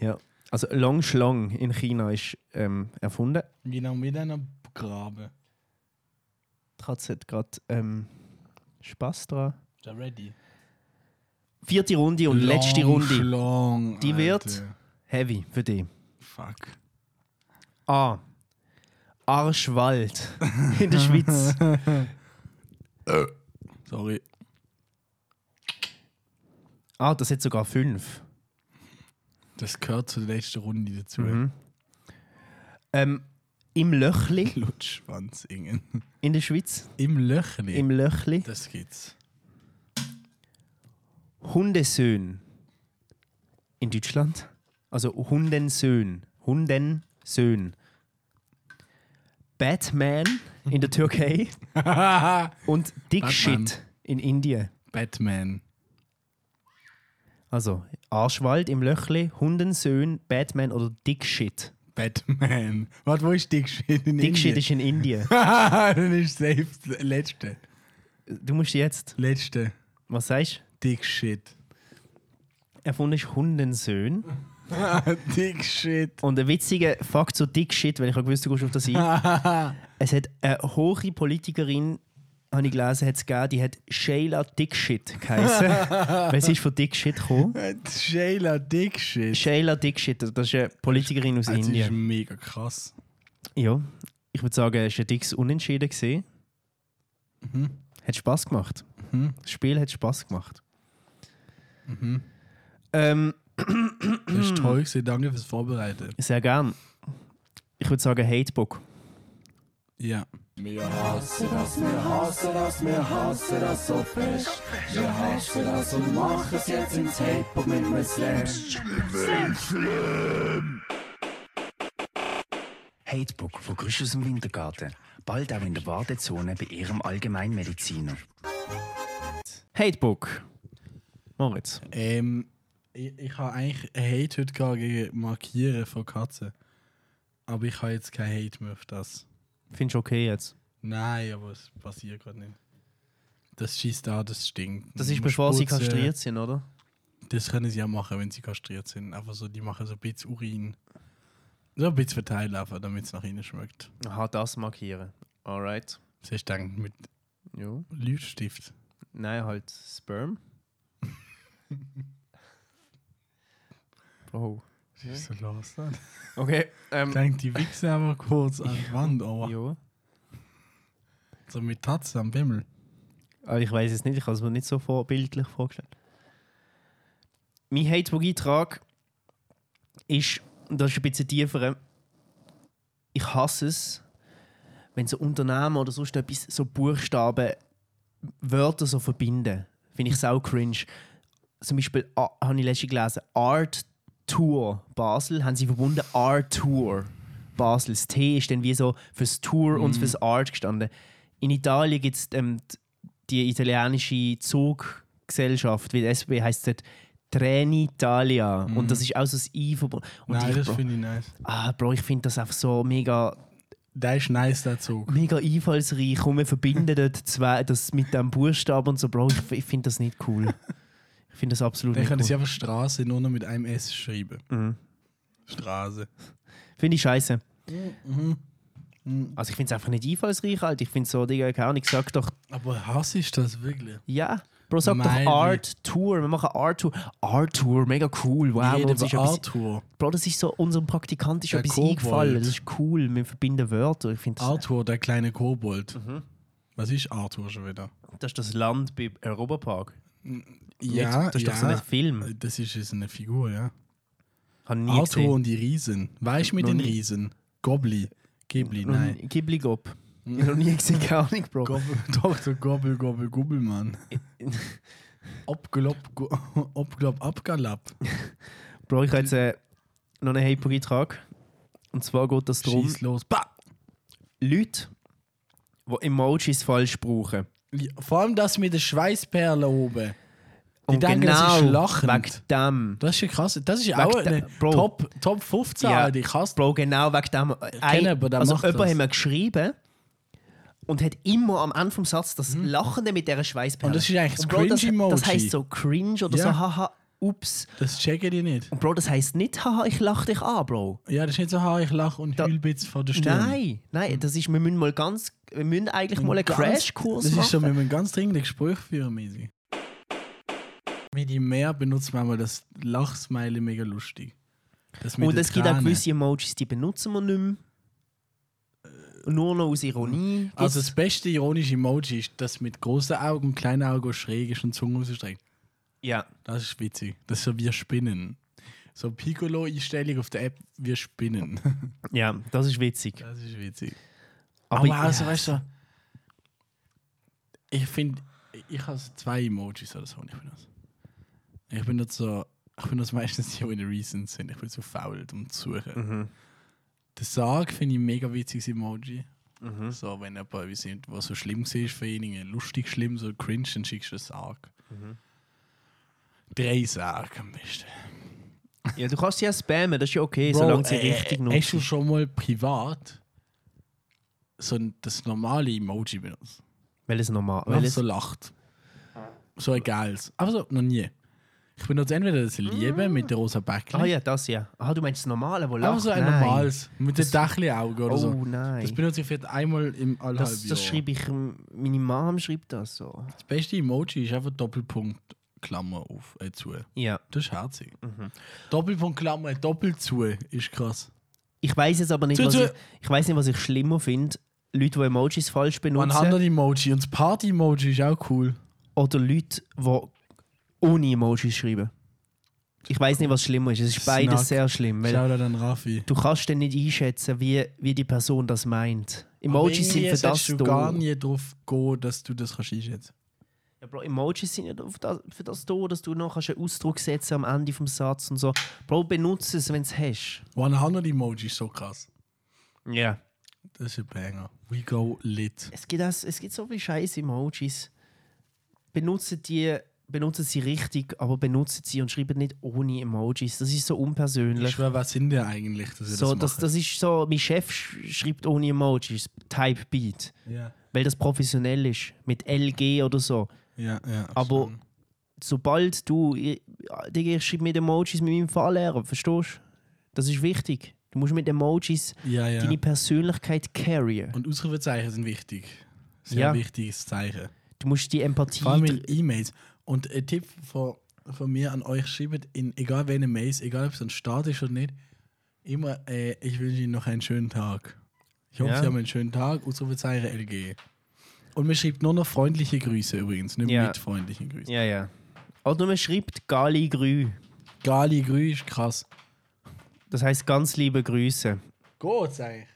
[SPEAKER 5] ja. Also Longschlong in China ist ähm, erfunden.
[SPEAKER 6] Genau mit einer Grabe.
[SPEAKER 5] Die Katze hat gerade ähm, Spaß dran.
[SPEAKER 6] Ja, ready.
[SPEAKER 5] Vierte Runde und letzte Runde.
[SPEAKER 6] Longschlong,
[SPEAKER 5] Die wird-
[SPEAKER 6] Alter.
[SPEAKER 5] Heavy für dich.
[SPEAKER 6] Fuck.
[SPEAKER 5] A. Arschwald [LAUGHS] in der Schweiz.
[SPEAKER 6] Sorry.
[SPEAKER 5] ah, das hat sogar fünf.
[SPEAKER 6] Das gehört zur letzten Runde dazu.
[SPEAKER 5] Mhm. Ähm, Im Löchli
[SPEAKER 6] Lutschwanzingen.
[SPEAKER 5] in der Schweiz.
[SPEAKER 6] [LAUGHS] Im Löchli.
[SPEAKER 5] Im Löchli.
[SPEAKER 6] das gibt's.
[SPEAKER 5] Hundesöhn in Deutschland. Also Hundensöhn. Hundensöhn. Batman in der [LAUGHS] Türkei. Und Dickshit
[SPEAKER 6] Batman.
[SPEAKER 5] in Indien.
[SPEAKER 6] Batman.
[SPEAKER 5] Also Arschwald im Löchli, Hundensöhn, Batman oder Dickshit.
[SPEAKER 6] Batman. [LAUGHS] Warte, wo ist Dickshit? In
[SPEAKER 5] Dickshit
[SPEAKER 6] [LAUGHS]
[SPEAKER 5] ist in Indien.
[SPEAKER 6] Dann ist safe das letzte.
[SPEAKER 5] Du musst jetzt,
[SPEAKER 6] Letzte.
[SPEAKER 5] was sagst
[SPEAKER 6] [LAUGHS] Dickshit.
[SPEAKER 5] du? Erfunden ist Hundensöhn.
[SPEAKER 6] Dickshit.
[SPEAKER 5] Und ein witziger Fakt zu Dickshit, weil ich auch gewusst, du gehst auf das ein. es hat eine hohe Politikerin, habe ich gelesen, hat's gegeben, die hat Sheila Dickshit geheißen. weil sie ist von Dickshit gekommen.
[SPEAKER 6] Shayla Dickshit.
[SPEAKER 5] Sheila Dickshit, das ist eine Politikerin aus
[SPEAKER 6] Das ist
[SPEAKER 5] Indien.
[SPEAKER 6] mega krass.
[SPEAKER 5] Ja, ich würde sagen, es war ein dickes Unentschieden. Gewesen. Hat Spass gemacht. Das Spiel hat Spass gemacht. Ähm,
[SPEAKER 6] Das
[SPEAKER 5] Mm.
[SPEAKER 6] ist toll gewesen. Danke fürs Vorbereiten.
[SPEAKER 5] sehr gern. Ich würde sagen, Hatebook.
[SPEAKER 6] Ja. Wir hassen das, wir hassen das, wir hassen das so fest. Wir hassen das und machen es jetzt im Tempo mit einem Slam.
[SPEAKER 1] Hatebook von Grüsch aus dem Wintergarten. Bald auch in der Wartezone bei ihrem Allgemeinmediziner.
[SPEAKER 5] Hatebook. Moritz.
[SPEAKER 6] Ähm, ich, ich habe eigentlich Hate heute gehabt gegen Markieren von Katzen. Aber ich habe jetzt kein Hate mehr auf das.
[SPEAKER 5] Findest du okay jetzt?
[SPEAKER 6] Nein, aber es passiert gerade nicht. Das schießt da, das stinkt.
[SPEAKER 5] Das ist
[SPEAKER 6] Muss
[SPEAKER 5] bevor sie
[SPEAKER 6] putzen.
[SPEAKER 5] kastriert sind, oder?
[SPEAKER 6] Das können sie ja machen, wenn sie kastriert sind. Einfach so, die machen so ein bisschen Urin. So ein bisschen verteilen, einfach, damit es nach innen schmeckt.
[SPEAKER 5] Aha, das markieren. Alright.
[SPEAKER 6] Das ist dann mit
[SPEAKER 5] Jo.
[SPEAKER 6] Leuchtstift.
[SPEAKER 5] Nein, halt Sperm. Bro.
[SPEAKER 6] Was ist so los? da?
[SPEAKER 5] Okay, ähm.
[SPEAKER 6] Denkt die Wichse einfach kurz an die Wand,
[SPEAKER 5] [LAUGHS]
[SPEAKER 6] aber
[SPEAKER 5] Jo.
[SPEAKER 6] so mit Tatze am Bimmel.
[SPEAKER 5] Aber ich weiß es nicht, ich habe es mir nicht so vor, bildlich vorgestellt. Mein Hatebook-Eintrag ist, und das ist ein bisschen tiefer, ich hasse es, wenn so Unternehmen oder sonst etwas so Buchstaben, Wörter so verbinden. Finde ich sau cringe. Zum Beispiel ah, habe ich letztens gelesen, Art Tour Basel, haben sie verbunden Art Tour Basel. Das T ist dann wie so fürs Tour
[SPEAKER 6] Mm.
[SPEAKER 5] und fürs Art gestanden. In Italien gibt es ähm, d- die italienische Zuggesellschaft, wie die SB heißt es Trenitalia. Und das ist auch so das I verbunden. Und
[SPEAKER 6] Mm. Nein,
[SPEAKER 5] ich,
[SPEAKER 6] das
[SPEAKER 5] bro,
[SPEAKER 6] finde ich nice.
[SPEAKER 5] ah, bro, ich finde das einfach so mega
[SPEAKER 6] Der ist nice, der Zug.
[SPEAKER 5] mega einfallsreich und wir verbinden dort zwei, das mit dem Buchstaben und so, Bro, ich, ich finde das nicht cool. Ich finde das absolut
[SPEAKER 6] Dann
[SPEAKER 5] nicht
[SPEAKER 6] können sie
[SPEAKER 5] cool. Mhm.
[SPEAKER 6] einfach Straße nur noch mit einem S schreiben. Straße.
[SPEAKER 5] Finde ich scheiße.
[SPEAKER 6] Mhm.
[SPEAKER 5] Also ich finde es einfach nicht einfallsreich, halt. Ich finde so, Digga, keine Ahnung, sag doch,
[SPEAKER 6] Aber Hass ist das wirklich?
[SPEAKER 5] ja, Bro, sag
[SPEAKER 6] Meine-
[SPEAKER 5] doch Art Tour, wir machen Art Tour. Art Tour, mega cool, wow.
[SPEAKER 6] Wir
[SPEAKER 5] uns
[SPEAKER 6] reden
[SPEAKER 5] ist
[SPEAKER 6] über
[SPEAKER 5] etwas-
[SPEAKER 6] Arthur.
[SPEAKER 5] Bro, das ist so, unserem Praktikant ist
[SPEAKER 6] Der
[SPEAKER 5] etwas
[SPEAKER 6] Kobold.
[SPEAKER 5] eingefallen, das ist cool, wir verbinden Wörter. Ich finde, das,
[SPEAKER 6] Arthur, der kleine Kobold.
[SPEAKER 5] Mhm.
[SPEAKER 6] Was ist Arthur schon wieder?
[SPEAKER 5] das ist das Land bei Europapark.
[SPEAKER 6] Ja,
[SPEAKER 5] das ist doch so ein Film.
[SPEAKER 6] Das ist jetzt eine Figur, ja.
[SPEAKER 5] Habe nie
[SPEAKER 6] Arthur
[SPEAKER 5] gesehen. Äh,
[SPEAKER 6] und die Riesen. Weißt du mit
[SPEAKER 5] Noch
[SPEAKER 6] den
[SPEAKER 5] nie.
[SPEAKER 6] Riesen? Gobli. Ghibli, nein.
[SPEAKER 5] Ghibli Gob. Ich
[SPEAKER 6] [LAUGHS]
[SPEAKER 5] habe noch nie gesehen, keine Ahnung, Bro.
[SPEAKER 6] Gobbel, Dr. Gobbel, Gobbel,
[SPEAKER 5] [LAUGHS]
[SPEAKER 6] Gubbelmann. Obglob, gu- [LAUGHS] obglob, abgalapp.
[SPEAKER 5] Bro, ich habe jetzt äh, noch einen Hyper-Eintrag. Und zwar geht das darum,
[SPEAKER 6] Schieß los. Bah!
[SPEAKER 5] Leute, die Emojis falsch brauchen.
[SPEAKER 6] Ja, Vor allem das mit der Schweißperle oben. Die
[SPEAKER 5] Und genau
[SPEAKER 6] denken, das ist lachend.
[SPEAKER 5] wegen dem.
[SPEAKER 6] Das ist ja krass. Das ist auch
[SPEAKER 5] der-
[SPEAKER 6] eine
[SPEAKER 5] Bro.
[SPEAKER 6] Top, Top 15.
[SPEAKER 5] Ja.
[SPEAKER 6] Alter. Ich hasse
[SPEAKER 5] Bro, genau wegen dem. Ich
[SPEAKER 6] jemanden, der
[SPEAKER 5] also
[SPEAKER 6] macht
[SPEAKER 5] jemand
[SPEAKER 6] das.
[SPEAKER 5] hat mir geschrieben und hat immer am Ende vom Satz das Lachende mit dieser Schweißperle.
[SPEAKER 6] Mhm. Und das ist eigentlich das
[SPEAKER 5] Und Bro, das,
[SPEAKER 6] Cringe-Emoji.
[SPEAKER 5] das heisst so cringe oder
[SPEAKER 6] Ja.
[SPEAKER 5] so haha, ups.
[SPEAKER 6] Das checken die nicht.
[SPEAKER 5] Und Bro, das heisst nicht haha, ich lach dich an, Bro.
[SPEAKER 6] Ja, das ist nicht so, ha, ich lache und
[SPEAKER 5] Da-
[SPEAKER 6] heul bitz vor der Stirn.
[SPEAKER 5] Nein, nein, das ist, wir müssen mal ganz, wir müssen eigentlich mal einen
[SPEAKER 6] Mhm. Ganz-
[SPEAKER 5] Crashkurs
[SPEAKER 6] Das
[SPEAKER 5] machen.
[SPEAKER 6] ist so, wenn man ganz dringend ein Gespräch führen mäßig. Mit dem Meer benutzt man mal das Lachsmiley mega lustig. Das mit
[SPEAKER 5] Und
[SPEAKER 6] den
[SPEAKER 5] es Oh, gibt auch
[SPEAKER 6] Tränen.
[SPEAKER 5] gewisse Emojis, die benutzen wir nicht mehr. Nur noch aus Ironie.
[SPEAKER 6] Also das beste ironische Emoji ist, das mit großen Augen und kleinen Augen schräg ist und Zunge ausstreckt.
[SPEAKER 5] ja.
[SPEAKER 6] Das ist witzig. Das ist so wir spinnen. So Piccolo-Einstellung auf der App, wir spinnen. [LAUGHS]
[SPEAKER 5] ja, das ist witzig.
[SPEAKER 6] Das ist witzig.
[SPEAKER 5] Aber
[SPEAKER 6] Aber,
[SPEAKER 5] ja.
[SPEAKER 6] also, weißt du, ich finde, ich habe so zwei Emojis oder so, die ich benutze. Ich benutze, so, ich benutze meistens die, die in den Reasons sind. Ich bin so faul, um zu suchen. Der Sarg finde ich ein mega witziges Emoji. So, wenn jemand, wie sind, was so schlimm war für ihn, lustig schlimm, so cringe, dann schickst du einen Sarg. Drei Sarg am besten.
[SPEAKER 5] [LAUGHS] ja, du kannst sie ja spammen, das ist ja okay, solange sie
[SPEAKER 6] äh,
[SPEAKER 5] richtig
[SPEAKER 6] äh, Hast du
[SPEAKER 5] nutzen.
[SPEAKER 6] schon mal privat so ein, das normale Emoji benutzt?
[SPEAKER 5] Welches normal?
[SPEAKER 6] Weil
[SPEAKER 5] Welches?
[SPEAKER 6] so lacht. So ein geiles. Aber so, noch nie. Ich benutze entweder das Liebe mit der rosa Bäckchen.
[SPEAKER 5] Ah ja, das ja. Ah, du meinst das normale, wo
[SPEAKER 6] Aber
[SPEAKER 5] lacht?
[SPEAKER 6] so ein
[SPEAKER 5] Nein.
[SPEAKER 6] normales. Mit den Dächli-Augen oder
[SPEAKER 5] Oh
[SPEAKER 6] so.
[SPEAKER 5] nein.
[SPEAKER 6] Das benutze ich vielleicht einmal im Allhalbjahr.
[SPEAKER 5] Das, das schreibe ich, ähm, meine Mom schreibt das so.
[SPEAKER 6] Das beste Emoji ist einfach Doppelpunkt, Klammer auf, äh, zu.
[SPEAKER 5] Ja.
[SPEAKER 6] Das ist herzig.
[SPEAKER 5] Mhm.
[SPEAKER 6] Doppelpunkt, Klammer, doppelt zu ist krass.
[SPEAKER 5] Ich weiß jetzt aber nicht,
[SPEAKER 6] Zu-
[SPEAKER 5] was
[SPEAKER 6] zu-
[SPEAKER 5] ich, ich weiß nicht, was ich schlimmer finde. Leute, die Emojis falsch
[SPEAKER 6] Und ein
[SPEAKER 5] benutzen.
[SPEAKER 6] anderes Emoji. Und das Party-Emoji ist auch cool.
[SPEAKER 5] Oder Leute, die ohne Emojis schreiben. Ich weiß nicht, was schlimmer ist. Es ist beides
[SPEAKER 6] Snack.
[SPEAKER 5] sehr schlimm. Weil
[SPEAKER 6] Schau da dann Raffi.
[SPEAKER 5] du kannst dann nicht einschätzen, wie, wie die Person das meint. Emojis sind für das
[SPEAKER 6] du gar
[SPEAKER 5] da.
[SPEAKER 6] nie drauf gehen, dass du das kannst einschätzen.
[SPEAKER 5] Ja, Bro, Emojis sind ja für das, für das da, dass du noch kannst einen Ausdruck setzen am Ende vom Satz und so. Bro, benutze es, wenn es hast.
[SPEAKER 6] 100 Emojis, so krass.
[SPEAKER 5] Ja.
[SPEAKER 6] Das ist ein Banger. We go lit.
[SPEAKER 5] Es gibt, auch, es gibt so viele scheiß Emojis. Benutzen die, benutzen sie richtig, aber benutzen sie und schreiben nicht ohne Emojis. Das ist so
[SPEAKER 6] Ich
[SPEAKER 5] unpersönlich.
[SPEAKER 6] schwöre, was sind denn eigentlich, dass ihr
[SPEAKER 5] So,
[SPEAKER 6] das
[SPEAKER 5] das,
[SPEAKER 6] macht?
[SPEAKER 5] das ist so, mein Chef sch- schreibt ohne Emojis, Type Beat,
[SPEAKER 6] ja.
[SPEAKER 5] weil das professionell ist, mit LG oder so.
[SPEAKER 6] ja, ja.
[SPEAKER 5] Aber sobald du, ich, Digga, ich schreibe mit Emojis mit meinem Fahrlehrer, verstehst du? Das ist wichtig. Du musst mit Emojis
[SPEAKER 6] ja, ja.
[SPEAKER 5] deine Persönlichkeit carryen.
[SPEAKER 6] Und Ausrufezeichen sind wichtig. Sehr
[SPEAKER 5] Ja.
[SPEAKER 6] wichtiges Zeichen.
[SPEAKER 5] Du musst die Empathie
[SPEAKER 6] Vor allem in E-Mails. Und ein Tipp von, von mir an euch: schreibt in egal welchen Mails, egal ob es ein Start ist oder nicht, immer, äh, ich wünsche Ihnen noch einen schönen Tag. Ich hoffe,
[SPEAKER 5] Ja.
[SPEAKER 6] Sie haben einen schönen Tag. Ausrufezeichen LG. Und man schreibt nur noch freundliche Grüße übrigens, nicht
[SPEAKER 5] Ja.
[SPEAKER 6] mit freundlichen Grüßen.
[SPEAKER 5] Ja, ja. Oder man schreibt Gali Grü.
[SPEAKER 6] Gali Grü ist krass.
[SPEAKER 5] Das heißt ganz liebe Grüße.
[SPEAKER 6] Geht's eigentlich?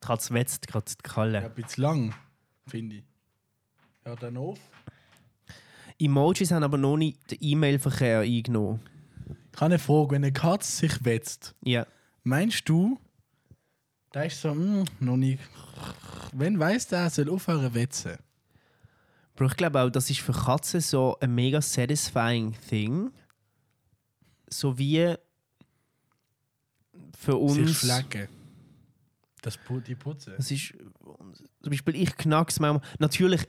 [SPEAKER 5] Trotz wetzt gerade die
[SPEAKER 6] Ja,
[SPEAKER 5] Kalle.
[SPEAKER 6] ein bisschen lang, finde ich. Ja, dann auf.
[SPEAKER 5] Emojis haben aber noch nicht den E-Mail-Verkehr eingenommen.
[SPEAKER 6] Ich habe eine Frage. Wenn eine Katze sich wetzt,
[SPEAKER 5] Ja.
[SPEAKER 6] meinst du, da ist so, hm, noch nicht. Wenn weiß der, soll aufhören wetzen.
[SPEAKER 5] Bro, ich glaube auch, das ist für Katzen so ein mega satisfying Thing. So wie für
[SPEAKER 6] Sich
[SPEAKER 5] uns.
[SPEAKER 6] schlecken. Das Pu- die Putze.
[SPEAKER 5] Das ist zum Beispiel ich knack's manchmal. Natürlich,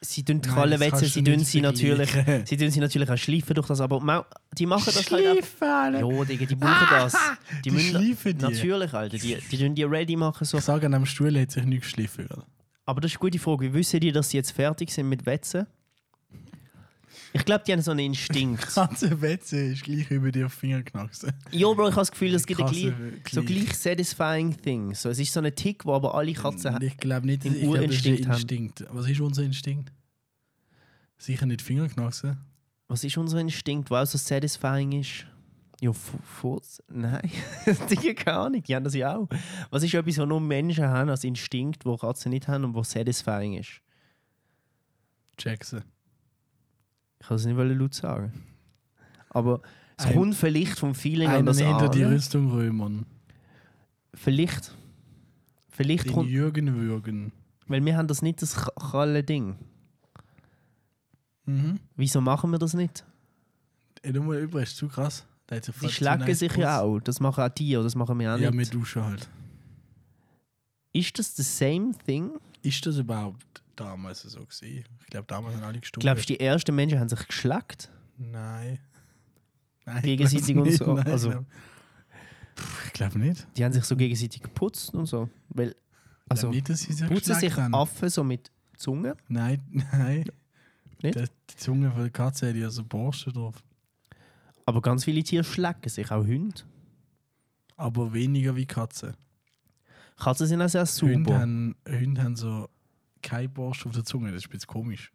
[SPEAKER 5] sie tun die
[SPEAKER 6] Nein,
[SPEAKER 5] Kalle
[SPEAKER 6] das
[SPEAKER 5] wetzen,
[SPEAKER 6] kannst
[SPEAKER 5] sie
[SPEAKER 6] du
[SPEAKER 5] tun
[SPEAKER 6] nicht
[SPEAKER 5] sie natürlich,
[SPEAKER 6] [LAUGHS] vergleichen.
[SPEAKER 5] sie tun sie natürlich auch schleifen durch das, aber mau- die machen das halt einfach.
[SPEAKER 6] Schleifen! Ah,
[SPEAKER 5] Ja, Digga, die brauchen das. Die,
[SPEAKER 6] die
[SPEAKER 5] müssen-
[SPEAKER 6] schleifen die.
[SPEAKER 5] Natürlich, Alter. Die, die tun die ready machen. So.
[SPEAKER 6] Ich sage, an einem Stuhl hat sich nichts geschliffen. oder?
[SPEAKER 5] Aber das ist eine gute Frage. Wie wissen die, dass sie jetzt fertig sind mit Wetzen? Ich glaube, die haben so einen
[SPEAKER 6] [LAUGHS]
[SPEAKER 5] Instinkt.
[SPEAKER 6] Ganze Wetze ist gleich über dir auf den Finger knacksen.
[SPEAKER 5] Jo, Bro, ich habe das Gefühl, es gibt ein
[SPEAKER 6] Krasse
[SPEAKER 5] gleich, so
[SPEAKER 6] Gleich.
[SPEAKER 5] gleich satisfying Thing. So, es ist so ein Tick, wo aber alle Katzen haben.
[SPEAKER 6] Ich glaube nicht,
[SPEAKER 5] Im
[SPEAKER 6] ich glaube, das ist ein
[SPEAKER 5] Urinstinkt haben.
[SPEAKER 6] Instinkt. Was ist unser Instinkt? Sicher nicht Finger knacksen.
[SPEAKER 5] Was ist unser Instinkt, der auch so satisfying ist? Ja, Fu- Furz? Nein. [LAUGHS] Digga, keine Ahnung. Die haben das ja auch. Was ist etwas, was nur Menschen haben als Instinkt, wo Katzen nicht haben und was satisfying ist?
[SPEAKER 6] Jackson.
[SPEAKER 5] Ich kann es nicht laut sagen. Aber es
[SPEAKER 6] Ein-
[SPEAKER 5] kommt vielleicht vom Feeling an
[SPEAKER 6] Einen
[SPEAKER 5] das ne?
[SPEAKER 6] hinter die
[SPEAKER 5] an.
[SPEAKER 6] Rüstung römern.
[SPEAKER 5] Vielleicht. Vielleicht
[SPEAKER 6] Den
[SPEAKER 5] kommt,
[SPEAKER 6] Jürgen würgen.
[SPEAKER 5] weil wir haben das nicht, das Ch- challe Ding.
[SPEAKER 6] Mhm.
[SPEAKER 5] Wieso machen wir das nicht?
[SPEAKER 6] Ey, du mal übrig, ist zu krass. Der hat
[SPEAKER 5] Die
[SPEAKER 6] sofort
[SPEAKER 5] schlagen
[SPEAKER 6] zu
[SPEAKER 5] sich
[SPEAKER 6] nice
[SPEAKER 5] ja
[SPEAKER 6] geputzt.
[SPEAKER 5] auch. Das machen auch die, oder das machen wir auch
[SPEAKER 6] Ja, wir
[SPEAKER 5] nicht.
[SPEAKER 6] duschen halt.
[SPEAKER 5] Ist das the same thing?
[SPEAKER 6] Ist das überhaupt damals so gewesen? Ich glaube, damals haben alle gestunken.
[SPEAKER 5] Glaubst du, die ersten Menschen haben sich geschlagt?
[SPEAKER 6] Nein. Nein ich
[SPEAKER 5] Gegenseitig
[SPEAKER 6] glaub
[SPEAKER 5] und
[SPEAKER 6] nicht,
[SPEAKER 5] so,
[SPEAKER 6] Nein,
[SPEAKER 5] also-
[SPEAKER 6] ich glaube ich glaub nicht.
[SPEAKER 5] Die haben sich so gegenseitig geputzt und so. Weil,
[SPEAKER 6] Also,
[SPEAKER 5] also,
[SPEAKER 6] nicht, dass sie sich
[SPEAKER 5] putzen
[SPEAKER 6] geschlagen
[SPEAKER 5] sich
[SPEAKER 6] haben.
[SPEAKER 5] Affen so mit Zunge?
[SPEAKER 6] Nein, [LAUGHS] nein.
[SPEAKER 5] Nicht?
[SPEAKER 6] Das- Die Zunge von der Katze hat ja so Borsten drauf.
[SPEAKER 5] Aber ganz viele Tiere schlagen sich, auch Hunde.
[SPEAKER 6] Aber weniger wie Katzen.
[SPEAKER 5] Katzen sind auch sehr
[SPEAKER 6] Hunde
[SPEAKER 5] sauber.
[SPEAKER 6] haben, Hunde haben so keine Borsten auf der Zunge. Das ist ein bisschen komisch.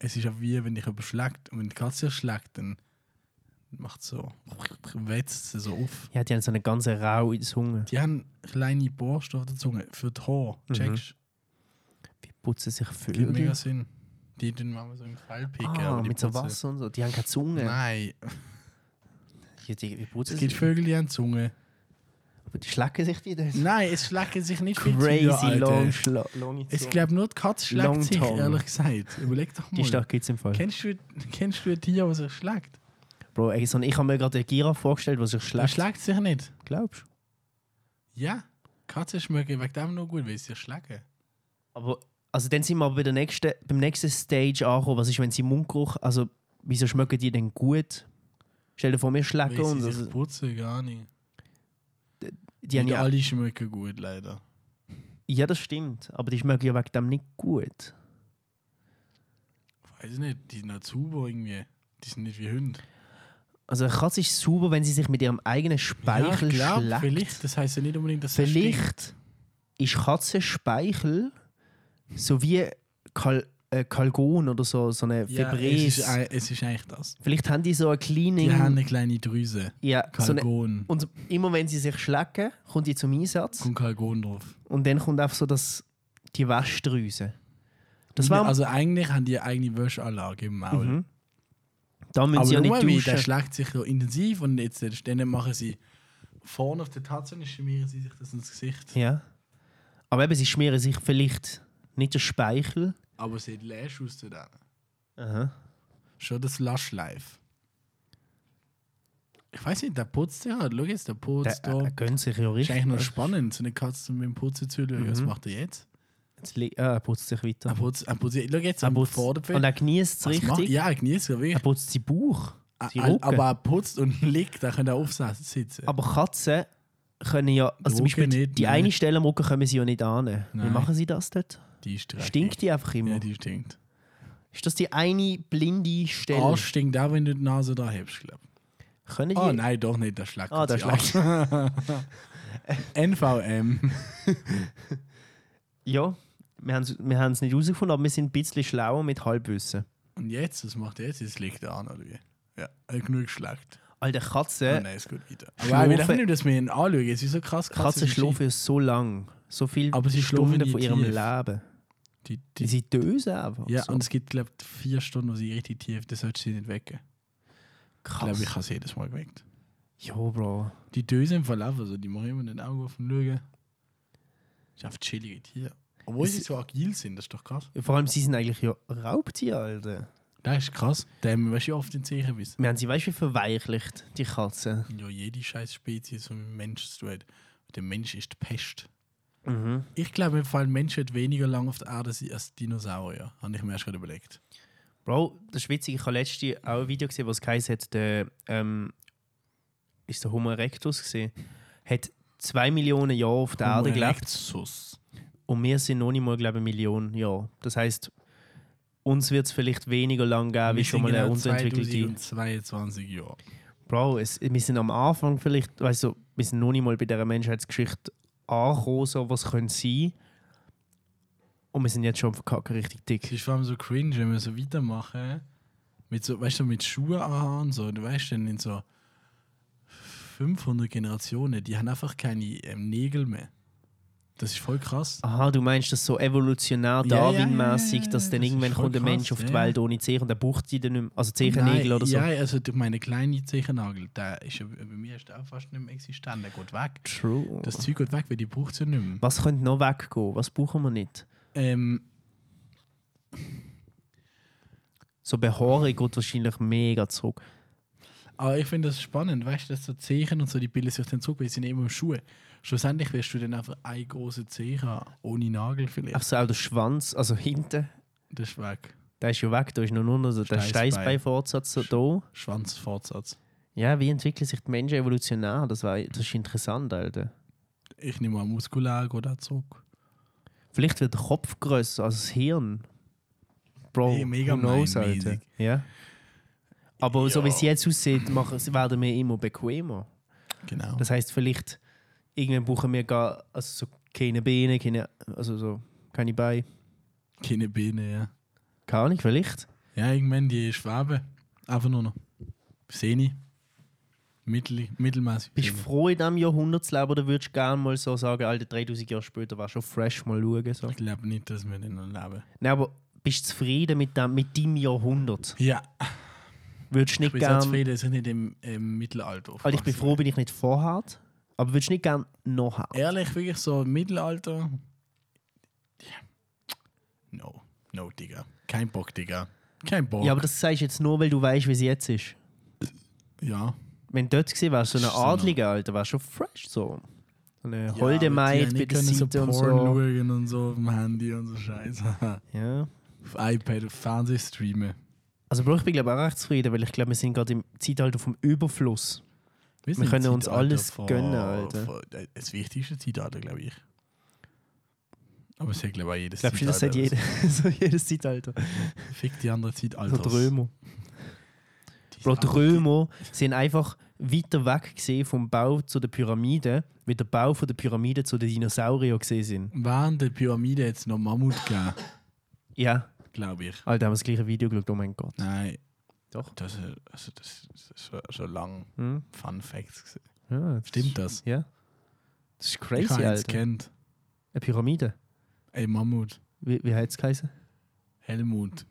[SPEAKER 6] Es ist ja wie, wenn dich jemand schlägt. Und wenn die Katze schlägt, dann macht so, wetzt sie so auf.
[SPEAKER 5] Ja, die haben so eine ganze Rau in der Zunge.
[SPEAKER 6] Die haben kleine Borsten auf der Zunge für die Haare.
[SPEAKER 5] Mhm.
[SPEAKER 6] Checkst
[SPEAKER 5] Die putzen sich
[SPEAKER 6] du? Gibt mega
[SPEAKER 5] Vögel.
[SPEAKER 6] Sinn. Die tun manchmal so einen Fall picken.
[SPEAKER 5] Ah,
[SPEAKER 6] aber die
[SPEAKER 5] mit so
[SPEAKER 6] putzen-
[SPEAKER 5] Wasser und so. Die haben keine Zunge.
[SPEAKER 6] Nein,
[SPEAKER 5] Die, die, die
[SPEAKER 6] es
[SPEAKER 5] putzen
[SPEAKER 6] gibt
[SPEAKER 5] sich.
[SPEAKER 6] Vögel, die haben Zunge.
[SPEAKER 5] Aber die schlagen sich die dann.
[SPEAKER 6] Nein, es schlagen sich nicht viele Tiere,
[SPEAKER 5] Crazy
[SPEAKER 6] Alter.
[SPEAKER 5] long, schla- lange
[SPEAKER 6] Ich
[SPEAKER 5] Zunge.
[SPEAKER 6] glaube, nur die Katze
[SPEAKER 5] Long
[SPEAKER 6] schlägt sich,
[SPEAKER 5] tongue.
[SPEAKER 6] ehrlich gesagt. Überleg doch
[SPEAKER 5] Die
[SPEAKER 6] mal.
[SPEAKER 5] Stadt gibt es im Fall.
[SPEAKER 6] Kennst du, kennst du ein Tier, das sich schlägt?
[SPEAKER 5] Bro, ey, so, ich habe mir gerade eine Giraffe vorgestellt, was sich
[SPEAKER 6] Das
[SPEAKER 5] schlägt.
[SPEAKER 6] schlägt sich nicht.
[SPEAKER 5] Glaubst du?
[SPEAKER 6] Ja, Katzen schmecken wegen dem nur gut, weil sie sich schlägen.
[SPEAKER 5] Aber, also dann sind wir aber bei der nächsten, beim nächsten Stage angekommen. Was ist, wenn sie Mundgeruch, also wieso schmecken die denn gut? Stell dir vor, wir schlecken
[SPEAKER 6] Weil
[SPEAKER 5] und
[SPEAKER 6] sie sich
[SPEAKER 5] also,
[SPEAKER 6] putzen, gar nicht.
[SPEAKER 5] die haben
[SPEAKER 6] nicht
[SPEAKER 5] ja,
[SPEAKER 6] alle schmecken gut, leider.
[SPEAKER 5] ja, das stimmt. Aber die schmecken ja wegen dem nicht gut.
[SPEAKER 6] Weiß ich nicht, die sind auch sauber irgendwie. Die sind nicht wie Hunde.
[SPEAKER 5] Also eine Katze ist sauber, wenn sie sich mit ihrem eigenen Speichel
[SPEAKER 6] ich glaub,
[SPEAKER 5] schlägt.
[SPEAKER 6] Vielleicht, das heißt ja nicht unbedingt, dass es stinkt.
[SPEAKER 5] Vielleicht ist Katzenspeichel so wie Kal äh, Kalgon oder so, so eine
[SPEAKER 6] ja, es,
[SPEAKER 5] Febreze.
[SPEAKER 6] ist, ei- es ist eigentlich das.
[SPEAKER 5] Vielleicht haben die so ein
[SPEAKER 6] Die haben
[SPEAKER 5] kleinen...
[SPEAKER 6] eine kleine Drüse.
[SPEAKER 5] Ja, so eine,
[SPEAKER 6] Kalgon.
[SPEAKER 5] und immer wenn sie sich schlägen, kommt die zum Einsatz.
[SPEAKER 6] Kommt Kalgon drauf.
[SPEAKER 5] Und dann kommt einfach so das die Waschdrüse. Das
[SPEAKER 6] Das
[SPEAKER 5] war, Mhm.
[SPEAKER 6] also eigentlich haben die eine eigene Wäscheanlage im Maul.
[SPEAKER 5] da müssen
[SPEAKER 6] Aber
[SPEAKER 5] sie ja
[SPEAKER 6] schau
[SPEAKER 5] nicht
[SPEAKER 6] mal, wie der
[SPEAKER 5] duschen.
[SPEAKER 6] schlägt sich so intensiv und jetzt äh, dann machen sie vorne auf der Tatze und schmieren sie sich das ins Gesicht.
[SPEAKER 5] Ja. Aber eben, sie schmieren sich vielleicht nicht den Speichel.
[SPEAKER 6] Aber sieht läsch aus zu denen.
[SPEAKER 5] Aha.
[SPEAKER 6] Schon das Lush Life. Ich weiß nicht, der putzt ja. Schau jetzt, der
[SPEAKER 5] Der, äh,
[SPEAKER 6] putzt
[SPEAKER 5] er,
[SPEAKER 6] da.
[SPEAKER 5] er gönnt sich Mhm. ja
[SPEAKER 6] Ist
[SPEAKER 5] richtig.
[SPEAKER 6] eigentlich noch spannend, so eine Katze mit dem Putzen zu schauen. Was macht er jetzt?
[SPEAKER 5] Jetzt li- ah, er putzt sich
[SPEAKER 6] Er
[SPEAKER 5] weiter.
[SPEAKER 6] putzt, er putzt, schau jetzt,
[SPEAKER 5] Er
[SPEAKER 6] am
[SPEAKER 5] putzt,
[SPEAKER 6] Vorderpferd.
[SPEAKER 5] und er genießt es
[SPEAKER 6] Was macht-
[SPEAKER 5] richtig.
[SPEAKER 6] Ja, ich genieße ja
[SPEAKER 5] Er
[SPEAKER 6] wirklich.
[SPEAKER 5] putzt seinen Bauch, seinen
[SPEAKER 6] Ah,
[SPEAKER 5] Rücken.
[SPEAKER 6] Aber
[SPEAKER 5] Aber,
[SPEAKER 6] er putzt und [LAUGHS] liegt, dann kann er aufsitzen.
[SPEAKER 5] Katzen können ja, also zum
[SPEAKER 6] Rücken
[SPEAKER 5] Beispiel
[SPEAKER 6] nicht,
[SPEAKER 5] die
[SPEAKER 6] nein.
[SPEAKER 5] eine Stelle am Rücken können sie ja nicht annehmen. Wie
[SPEAKER 6] Nein.
[SPEAKER 5] machen sie das dort?
[SPEAKER 6] Die ist dreckig.
[SPEAKER 5] Stinkt die einfach immer?
[SPEAKER 6] Ja, die stinkt.
[SPEAKER 5] Ist das die eine blinde Stelle?
[SPEAKER 6] Arsch stinkt auch, wenn du die Nase da hebst, glaube ich.
[SPEAKER 5] Können die?
[SPEAKER 6] Ah, nein, doch nicht, der Schlag.
[SPEAKER 5] Ah, der Schlag.
[SPEAKER 6] [LAUGHS] NVM.
[SPEAKER 5] Ja, wir haben es wir haben's nicht herausgefunden, aber wir sind ein bisschen schlauer mit Halbwissen.
[SPEAKER 6] Und jetzt, was macht er jetzt? Jetzt liegt er an, oder wie? Ja, er hat genug geschlagt.
[SPEAKER 5] Alter, Katzen,
[SPEAKER 6] Oh nein, es geht weiter. Aber ich will
[SPEAKER 5] Schlafen-
[SPEAKER 6] einfach nicht, dass wir ihn anschauen. Es ist so krass,
[SPEAKER 5] Katzen schlafen ja so lang. So viele
[SPEAKER 6] Aber sie schlafen
[SPEAKER 5] Stunden
[SPEAKER 6] nie
[SPEAKER 5] von ihrem
[SPEAKER 6] tief.
[SPEAKER 5] Leben.
[SPEAKER 6] Die,
[SPEAKER 5] Die
[SPEAKER 6] die,
[SPEAKER 5] sind döse einfach.
[SPEAKER 6] ja,
[SPEAKER 5] so.
[SPEAKER 6] und es gibt, glaube ich, vier Stunden, wo sie richtig tief, das solltest du sie nicht wecken. Ich
[SPEAKER 5] krass.
[SPEAKER 6] glaube, ich habe sie jedes Mal geweckt.
[SPEAKER 5] ja, Bro.
[SPEAKER 6] Die Döse im Verlauf, also die machen immer den Augen auf und schauen. Ist einfach chillige Tiere. Obwohl
[SPEAKER 5] Es-
[SPEAKER 6] sie so agil sind, das ist doch krass.
[SPEAKER 5] Vor allem, sie sind eigentlich ja Raubtiere, Alter.
[SPEAKER 6] Das ist krass. Da haben wir schon oft in Zeichen wissen.
[SPEAKER 5] Wir haben sie, weißt du, wie verweichlicht, die Katzen.
[SPEAKER 6] Ja, jede scheiß Spezies, die mit dem Menschen zu tun hat. halt- Der Mensch ist die Pest. Ich glaube im Fall, Mensch hat weniger lange auf der Erde sein als Dinosaurier. Habe ich mir erst gerade überlegt.
[SPEAKER 5] Bro, das ist witzig. Ich habe letztens auch ein Video gesehen, was geheißen hat, der, ähm, ist der Homo erectus gesehen, hat zwei Millionen Jahre auf der Erde
[SPEAKER 6] Homo
[SPEAKER 5] gelebt.
[SPEAKER 6] erectus.
[SPEAKER 5] Und wir sind noch nicht mal, glaube ich, eine Million Jahre. Das heißt, uns wird es vielleicht weniger lang geben, wie
[SPEAKER 6] Wir
[SPEAKER 5] schon
[SPEAKER 6] sind
[SPEAKER 5] mal eine
[SPEAKER 6] genau
[SPEAKER 5] unterentwickelte.
[SPEAKER 6] 2022 Jahre.
[SPEAKER 5] Bro, es, wir sind am Anfang vielleicht, weißt du, wir sind noch nicht mal bei dieser Menschheitsgeschichte angekommen, so was könnte sein. Und wir sind jetzt schon auf Kacke richtig
[SPEAKER 6] Es
[SPEAKER 5] dick.
[SPEAKER 6] ist vor allem so cringe, wenn wir so weitermachen. Mit so, weißt du, mit Schuhen anhaben und so. Du weißt dann in so 500 Generationen, die haben einfach keine ähm, Nägel mehr. Das ist voll krass.
[SPEAKER 5] Aha, du meinst das so evolutionär
[SPEAKER 6] Ja, ja,
[SPEAKER 5] darwinmäßig,
[SPEAKER 6] ja, ja,
[SPEAKER 5] dass dann
[SPEAKER 6] das ist
[SPEAKER 5] irgendwann
[SPEAKER 6] voll
[SPEAKER 5] kommt ein
[SPEAKER 6] krass,
[SPEAKER 5] Mensch auf die
[SPEAKER 6] ja,
[SPEAKER 5] Welt ohne Zehen und der braucht die dann nicht mehr. Also
[SPEAKER 6] Nein,
[SPEAKER 5] Zehennägel oder so.
[SPEAKER 6] Ja, also durch meine kleine Zehennagel, der ist ja, bei mir ist der auch fast nicht mehr existent, der geht weg.
[SPEAKER 5] True.
[SPEAKER 6] Das Zeug geht weg, weil die braucht es ja nicht mehr.
[SPEAKER 5] Was könnte noch weggehen? Was brauchen wir nicht?
[SPEAKER 6] Ähm,
[SPEAKER 5] So Behaarung geht wahrscheinlich mega zurück.
[SPEAKER 6] Aber ich finde das spannend, weißt du, dass so Zeichen und so, die bilden sich dann zurück, weil sie sind eben im Schuh. Schlussendlich wirst du dann einfach ein große Zeichen ohne Nagel vielleicht.
[SPEAKER 5] Ach so, auch der Schwanz, also hinten,
[SPEAKER 6] Das ist weg.
[SPEAKER 5] der ist ja weg, da ist noch nur noch so der
[SPEAKER 6] Steißbein.
[SPEAKER 5] Steißbeinfortsatz so da.
[SPEAKER 6] Schwanzfortsatz.
[SPEAKER 5] Ja, wie entwickeln sich die Menschen evolutionär? Das, war, das ist interessant, Alter.
[SPEAKER 6] Ich nehme mal muskular oder zurück.
[SPEAKER 5] Vielleicht wird der Kopf grösser als das Hirn. Bro,
[SPEAKER 6] Hey, mega
[SPEAKER 5] who knows,
[SPEAKER 6] mindmäßig.
[SPEAKER 5] Alter. Ja. Aber so wie
[SPEAKER 6] Ja.
[SPEAKER 5] es jetzt aussieht, machen, sie- werden wir immer bequemer.
[SPEAKER 6] Genau.
[SPEAKER 5] Das heißt vielleicht, irgendwann brauchen wir gar also so keine Beine, keine, also so keine Beine.
[SPEAKER 6] Keine Beine, ja.
[SPEAKER 5] Keine Ahnung, vielleicht.
[SPEAKER 6] Ja, irgendwann die Schwabe. Einfach nur noch. Seni. Mittel, mittelmäßig.
[SPEAKER 5] Bist du froh, in diesem Jahrhundert zu leben oder würdest du gerne mal so sagen, Alter, 3000 Jahre später war schon fresh mal schauen? So.
[SPEAKER 6] ich glaube nicht, dass wir den noch leben.
[SPEAKER 5] Nein, aber bist du zufrieden mit, dem, mit deinem Jahrhundert?
[SPEAKER 6] Ja,
[SPEAKER 5] Würdest du
[SPEAKER 6] ich
[SPEAKER 5] nicht
[SPEAKER 6] bin sehr
[SPEAKER 5] gerne.
[SPEAKER 6] zufrieden, dass ich nicht im, im ähm, Mittelalter
[SPEAKER 5] Also ähm, ich bin
[SPEAKER 6] aufgewachsen
[SPEAKER 5] froh, bin ich nicht vorher, aber würdest du nicht gerne noch haben?
[SPEAKER 6] ehrlich, wirklich so Mittelalter. Ja. No. No, Digga. Kein Bock, Digga. Kein Bock.
[SPEAKER 5] Ja, aber das sagst du jetzt nur, weil du weißt, wie es jetzt ist.
[SPEAKER 6] ja.
[SPEAKER 5] Wenn du dort gewesen wärst, so ein
[SPEAKER 6] Das ist so eine-
[SPEAKER 5] Adliger, Alter, wärst schon fresh so. So Eine
[SPEAKER 6] Ja,
[SPEAKER 5] Holdemeid
[SPEAKER 6] aber
[SPEAKER 5] bei
[SPEAKER 6] die
[SPEAKER 5] der
[SPEAKER 6] haben nicht
[SPEAKER 5] Seite
[SPEAKER 6] können
[SPEAKER 5] und
[SPEAKER 6] so Porn
[SPEAKER 5] so.
[SPEAKER 6] schauen und so auf dem Handy und so Scheiße. [LAUGHS]
[SPEAKER 5] Ja.
[SPEAKER 6] auf iPad, auf Fernseh streamen.
[SPEAKER 5] Also Bro, ich bin glaube ich auch recht zufrieden, weil ich glaube, wir sind gerade im Zeitalter vom Überfluss.
[SPEAKER 6] sind
[SPEAKER 5] Wir
[SPEAKER 6] im
[SPEAKER 5] können uns
[SPEAKER 6] Zeitalter
[SPEAKER 5] alles gönnen, Alter.
[SPEAKER 6] Von, das wichtigste Zeitalter, glaube ich. Aber es hat, glaube ich, auch jedes
[SPEAKER 5] Glaubst du, das sagt jeder, [LAUGHS] so jedes Zeitalter.
[SPEAKER 6] Fick die andere Zeitalter.
[SPEAKER 5] [LAUGHS] So die Römer. Bro, die Römer sind einfach weiter weg gesehen vom Bau zu den Pyramiden, wie der Bau von der Pyramide zu den Dinosauriern gesehen sind.
[SPEAKER 6] Während der Pyramide jetzt noch Mammut [LAUGHS] gegeben,
[SPEAKER 5] Ja,
[SPEAKER 6] glaube ich.
[SPEAKER 5] Alter, haben wir das gleiche Video geschaut, oh mein Gott.
[SPEAKER 6] Nein.
[SPEAKER 5] Doch.
[SPEAKER 6] Das, äh, also das das ist schon, schon lang
[SPEAKER 5] Hm?
[SPEAKER 6] Fun Facts. gewesen.
[SPEAKER 5] Ja,
[SPEAKER 6] Stimmt das?
[SPEAKER 5] Ja. Das ist
[SPEAKER 6] Ich
[SPEAKER 5] crazy,
[SPEAKER 6] habe eins
[SPEAKER 5] Alter.
[SPEAKER 6] kennt.
[SPEAKER 5] Eine Pyramide.
[SPEAKER 6] Ey, Mammut.
[SPEAKER 5] Wie, wie heißt es geheißen?
[SPEAKER 6] Helmut.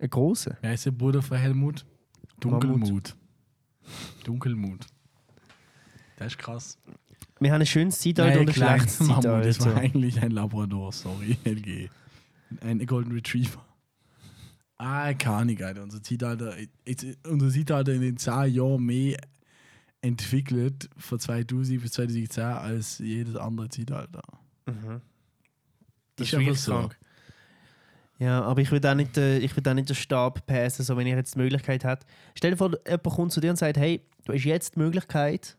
[SPEAKER 5] Ein grosser.
[SPEAKER 6] Wer ist der Bruder von Helmut? Dunkelmut. Dunkelmut. Das ist krass.
[SPEAKER 5] Wir haben ein schönes Zeitalter und ein [LAUGHS]
[SPEAKER 6] kleiner
[SPEAKER 5] schlechtes
[SPEAKER 6] Mammut, das war
[SPEAKER 5] Zeitalter.
[SPEAKER 6] eigentlich ein Labrador, sorry, [LAUGHS] LG. Ein Golden Retriever. Ah, keine Ahnung, Alter. Unser Zeitalter, jetzt, unser Zeitalter in den 10 Jahren mehr entwickelt von 2000 bis 2010 als jedes andere Zeitalter. Das ist einfach
[SPEAKER 5] wirklich
[SPEAKER 6] so.
[SPEAKER 5] krank. Ja, aber ich würde auch, nicht, äh, ich würd auch nicht den Stab passen, so wenn ich jetzt die Möglichkeit hätte. Stell dir vor, jemand kommt zu dir und sagt, hey, du hast jetzt die Möglichkeit,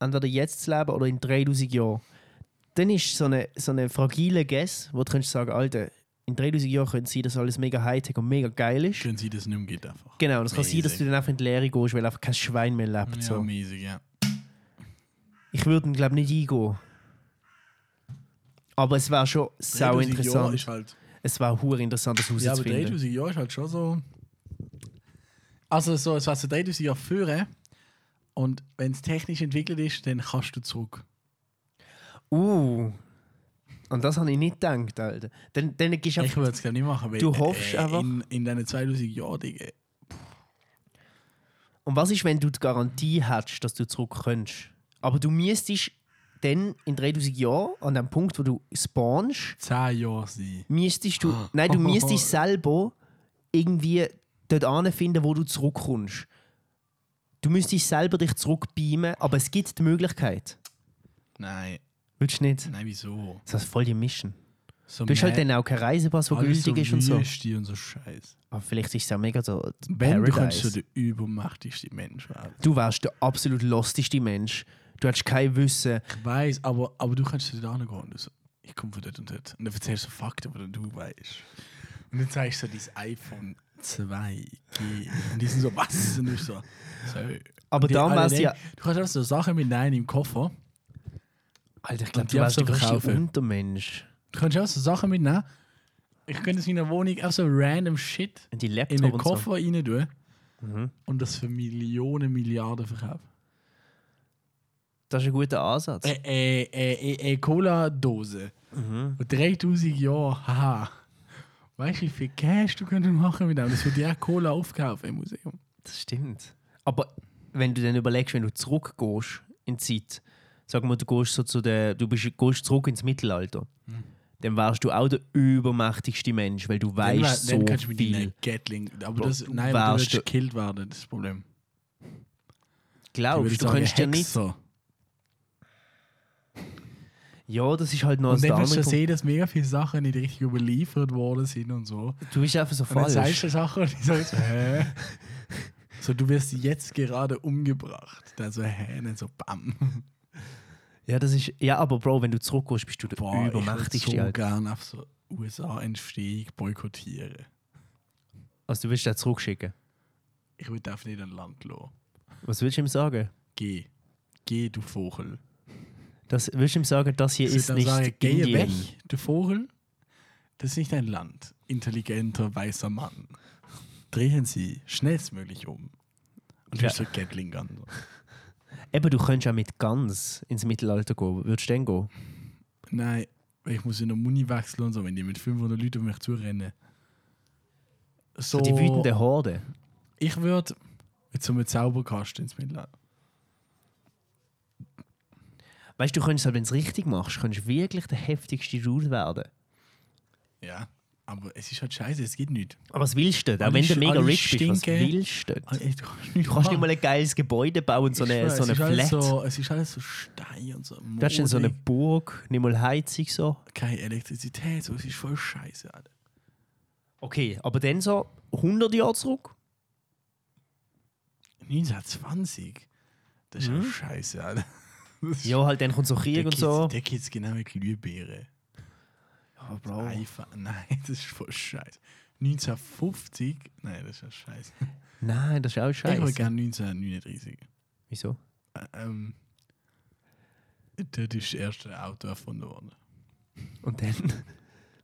[SPEAKER 5] entweder jetzt zu leben oder in 3000 Jahren. Dann ist so eine, so eine fragile Guess, wo du könntest sagen, Alter, in 3000 Jahren könnte es sein, dass alles mega Hightech und mega geil ist.
[SPEAKER 6] Können sie das nicht mehr geht einfach.
[SPEAKER 5] Genau, und es kann sein, dass
[SPEAKER 6] Mäßig.
[SPEAKER 5] du dann einfach in die Lehre gehst, weil einfach kein Schwein mehr lebt.
[SPEAKER 6] Ja,
[SPEAKER 5] So.
[SPEAKER 6] mäßig, ja.
[SPEAKER 5] Ich würde, glaube ich, nicht eingehen. Aber es wäre schon sau
[SPEAKER 6] 3000 Jahre
[SPEAKER 5] interessant.
[SPEAKER 6] Ist halt,
[SPEAKER 5] Es war hure interessant, das
[SPEAKER 6] ja, aber
[SPEAKER 5] herauszufinden.
[SPEAKER 6] 3000 Jahre ist halt schon so. Also, so, es war so 3000 Jahre führen. Und wenn es technisch entwickelt ist, dann kannst du zurück.
[SPEAKER 5] Uh. Und das habe ich nicht gedacht, Alter. Dann, dann gehst du
[SPEAKER 6] Ich
[SPEAKER 5] einfach.
[SPEAKER 6] würde es gerne nicht machen. Weil, äh,
[SPEAKER 5] Du hoffst einfach-
[SPEAKER 6] In, in deinen 2000 Jahren, Digga.
[SPEAKER 5] Und was ist, wenn du die Garantie hättest, dass du zurück könntest? Aber du müsstest dann in 3000 Jahren, an dem Punkt, wo du spawnst,
[SPEAKER 6] 10 Jahre sein.
[SPEAKER 5] müsstest
[SPEAKER 6] [GASPS]
[SPEAKER 5] du. Nein, du
[SPEAKER 6] [LAUGHS]
[SPEAKER 5] müsstest selber irgendwie dort anfinden, wo du zurückkommst. Du müsstest selber dich zurückbeamen, aber es gibt die Möglichkeit.
[SPEAKER 6] Nein,
[SPEAKER 5] Willst du nicht?
[SPEAKER 6] nein, wieso?
[SPEAKER 5] Das ist voll die Mission.
[SPEAKER 6] So Also
[SPEAKER 5] Du hast halt dann auch keinen Reisepass, der gültig ist und so.
[SPEAKER 6] Wüste und so Scheiß.
[SPEAKER 5] Aber vielleicht ist es auch mega so.
[SPEAKER 6] Wenn du kannst so
[SPEAKER 5] Paradise.
[SPEAKER 6] der übermächtigste Mensch werden.
[SPEAKER 5] Du wärst der absolut losteste Mensch. Du hättest kein Wissen.
[SPEAKER 6] Ich weiß, aber, aber du kannst zu dir hingehen und du so, ich komme von dort und dort. Und dann erzählst du so Fakten, die du weißt. Und dann zeigst du so dein iPhone 2G. Und die sind so, was? Und du bist so, so.
[SPEAKER 5] Aber
[SPEAKER 6] Und die
[SPEAKER 5] dann
[SPEAKER 6] alle
[SPEAKER 5] wär's
[SPEAKER 6] denken-
[SPEAKER 5] ja-
[SPEAKER 6] Du kannst einfach so Sachen mitnehmen im Koffer.
[SPEAKER 5] Alter, ich glaube,
[SPEAKER 6] glaub, die
[SPEAKER 5] du wärst der
[SPEAKER 6] absolut
[SPEAKER 5] größte
[SPEAKER 6] verkaufen.
[SPEAKER 5] Untermensch.
[SPEAKER 6] Du kannst auch so Sachen mitnehmen. Ich könnte es in meiner Wohnung auch so random Shit
[SPEAKER 5] Und die Laptop
[SPEAKER 6] in den
[SPEAKER 5] und Mhm.
[SPEAKER 6] Koffer rein tun. Und das für Millionen, Milliarden verkaufen.
[SPEAKER 5] so. Das ist ein guter Ansatz.
[SPEAKER 6] Äh, äh, äh, äh, äh, Cola-Dose.
[SPEAKER 5] Mhm.
[SPEAKER 6] Und 3000 Jahre, haha. Weißt du, wie viel Cash du könntest machen mit dem? Das würde ja Cola aufkaufen im Museum.
[SPEAKER 5] Das stimmt. Aber wenn du dann überlegst, wenn du zurückgehst in die Zeit, sagen wir, du gehst so zu der, du bist, gehst zurück ins Mittelalter, dann wärst du auch der übermächtigste Mensch, weil du
[SPEAKER 6] Hm. Dann wär-
[SPEAKER 5] weißt
[SPEAKER 6] dann
[SPEAKER 5] so
[SPEAKER 6] kannst du mit
[SPEAKER 5] viel.
[SPEAKER 6] deinen Gatling. Aber
[SPEAKER 5] Bro,
[SPEAKER 6] das,
[SPEAKER 5] du
[SPEAKER 6] nein, aber du
[SPEAKER 5] wärst
[SPEAKER 6] wirst
[SPEAKER 5] der-
[SPEAKER 6] gekillt werden, das ist das Problem.
[SPEAKER 5] Glaubst du, du könntest ja nicht.
[SPEAKER 6] So.
[SPEAKER 5] Ja, das ist halt noch
[SPEAKER 6] Und
[SPEAKER 5] ein
[SPEAKER 6] dann wirst du
[SPEAKER 5] anderer Punkt.
[SPEAKER 6] sehen, dass mega viele Sachen nicht richtig überliefert worden sind und so.
[SPEAKER 5] Du bist einfach so
[SPEAKER 6] Und dann
[SPEAKER 5] falsch.
[SPEAKER 6] sagst du Sachen und ich sage so, hä? So, du wirst jetzt gerade umgebracht. Dann so, hä? Und dann so, bam.
[SPEAKER 5] Ja, das ist. Ja, aber Bro, wenn du zurückgehst, bist du der
[SPEAKER 6] Boah, ich
[SPEAKER 5] übermächtigste. halt.
[SPEAKER 6] würde so
[SPEAKER 5] Alter.
[SPEAKER 6] gerne auf so USA-Entstehung boykottieren.
[SPEAKER 5] also du willst den zurückschicken.
[SPEAKER 6] Ich würde darf nicht ein Land lassen.
[SPEAKER 5] Was willst du ihm sagen?
[SPEAKER 6] Geh. Geh, du Vogel.
[SPEAKER 5] Das, willst du ihm sagen, das hier
[SPEAKER 6] Ich
[SPEAKER 5] ist
[SPEAKER 6] würde dann
[SPEAKER 5] nicht
[SPEAKER 6] sagen, geh
[SPEAKER 5] Indien?
[SPEAKER 6] weg, du Vogel. Das ist nicht ein Land. Intelligenter, weißer Mann. Drehen Sie schnellstmöglich um. Und du
[SPEAKER 5] Ja.
[SPEAKER 6] hast so Gatling Gun.
[SPEAKER 5] Eben, du könntest auch mit Gans ins Mittelalter gehen. Würdest du denn gehen?
[SPEAKER 6] Nein, ich muss in der Muni wechseln und so, wenn die mit 500 Leuten auf mich zurennen. So,
[SPEAKER 5] So die wütende Horde.
[SPEAKER 6] ich würde mit so einem Zauberkasten ins Mittelalter.
[SPEAKER 5] Weißt du, du könntest halt, wenn du es richtig machst, könntest du wirklich der heftigste Dude werden.
[SPEAKER 6] Ja, aber es ist halt scheiße, es geht nicht.
[SPEAKER 5] Aber was willst du denn? Auch
[SPEAKER 6] Alle
[SPEAKER 5] wenn du
[SPEAKER 6] sch-
[SPEAKER 5] mega
[SPEAKER 6] alle
[SPEAKER 5] rich bist, was
[SPEAKER 6] stinken.
[SPEAKER 5] willst du denn?
[SPEAKER 6] Ey, du kannst nicht,
[SPEAKER 5] Du kannst nicht mal ein geiles Gebäude bauen, so eine, so eine
[SPEAKER 6] es ist
[SPEAKER 5] Flat.
[SPEAKER 6] alles so, Es ist alles so Stein und so.
[SPEAKER 5] du hast dann so eine
[SPEAKER 6] modrig.
[SPEAKER 5] Burg, nicht mal Heizung so.
[SPEAKER 6] Keine Elektrizität, so, es ist voll scheiße, Alter.
[SPEAKER 5] Okay, aber dann so 100 Jahre zurück?
[SPEAKER 6] 1920? Das ist auch scheiße, Alter. [LAUGHS] Das
[SPEAKER 5] Hm? Ja, halt, dann kommt so
[SPEAKER 6] der
[SPEAKER 5] Krieg und
[SPEAKER 6] geht's-
[SPEAKER 5] so.
[SPEAKER 6] Der geht's genau wie Glühbirne.
[SPEAKER 5] Aber Bro.
[SPEAKER 6] Eifer. [LAUGHS] Nein, das ist voll scheiße. 1950? Nein, das ist ja scheiße.
[SPEAKER 5] Nein, das ist auch
[SPEAKER 6] Ich würde
[SPEAKER 5] scheiße.
[SPEAKER 6] gerne 1939.
[SPEAKER 5] Wieso?
[SPEAKER 6] Ä- Ähm, das ist das erste Auto erfunden worden.
[SPEAKER 5] Und
[SPEAKER 6] [LAUGHS]
[SPEAKER 5] dann.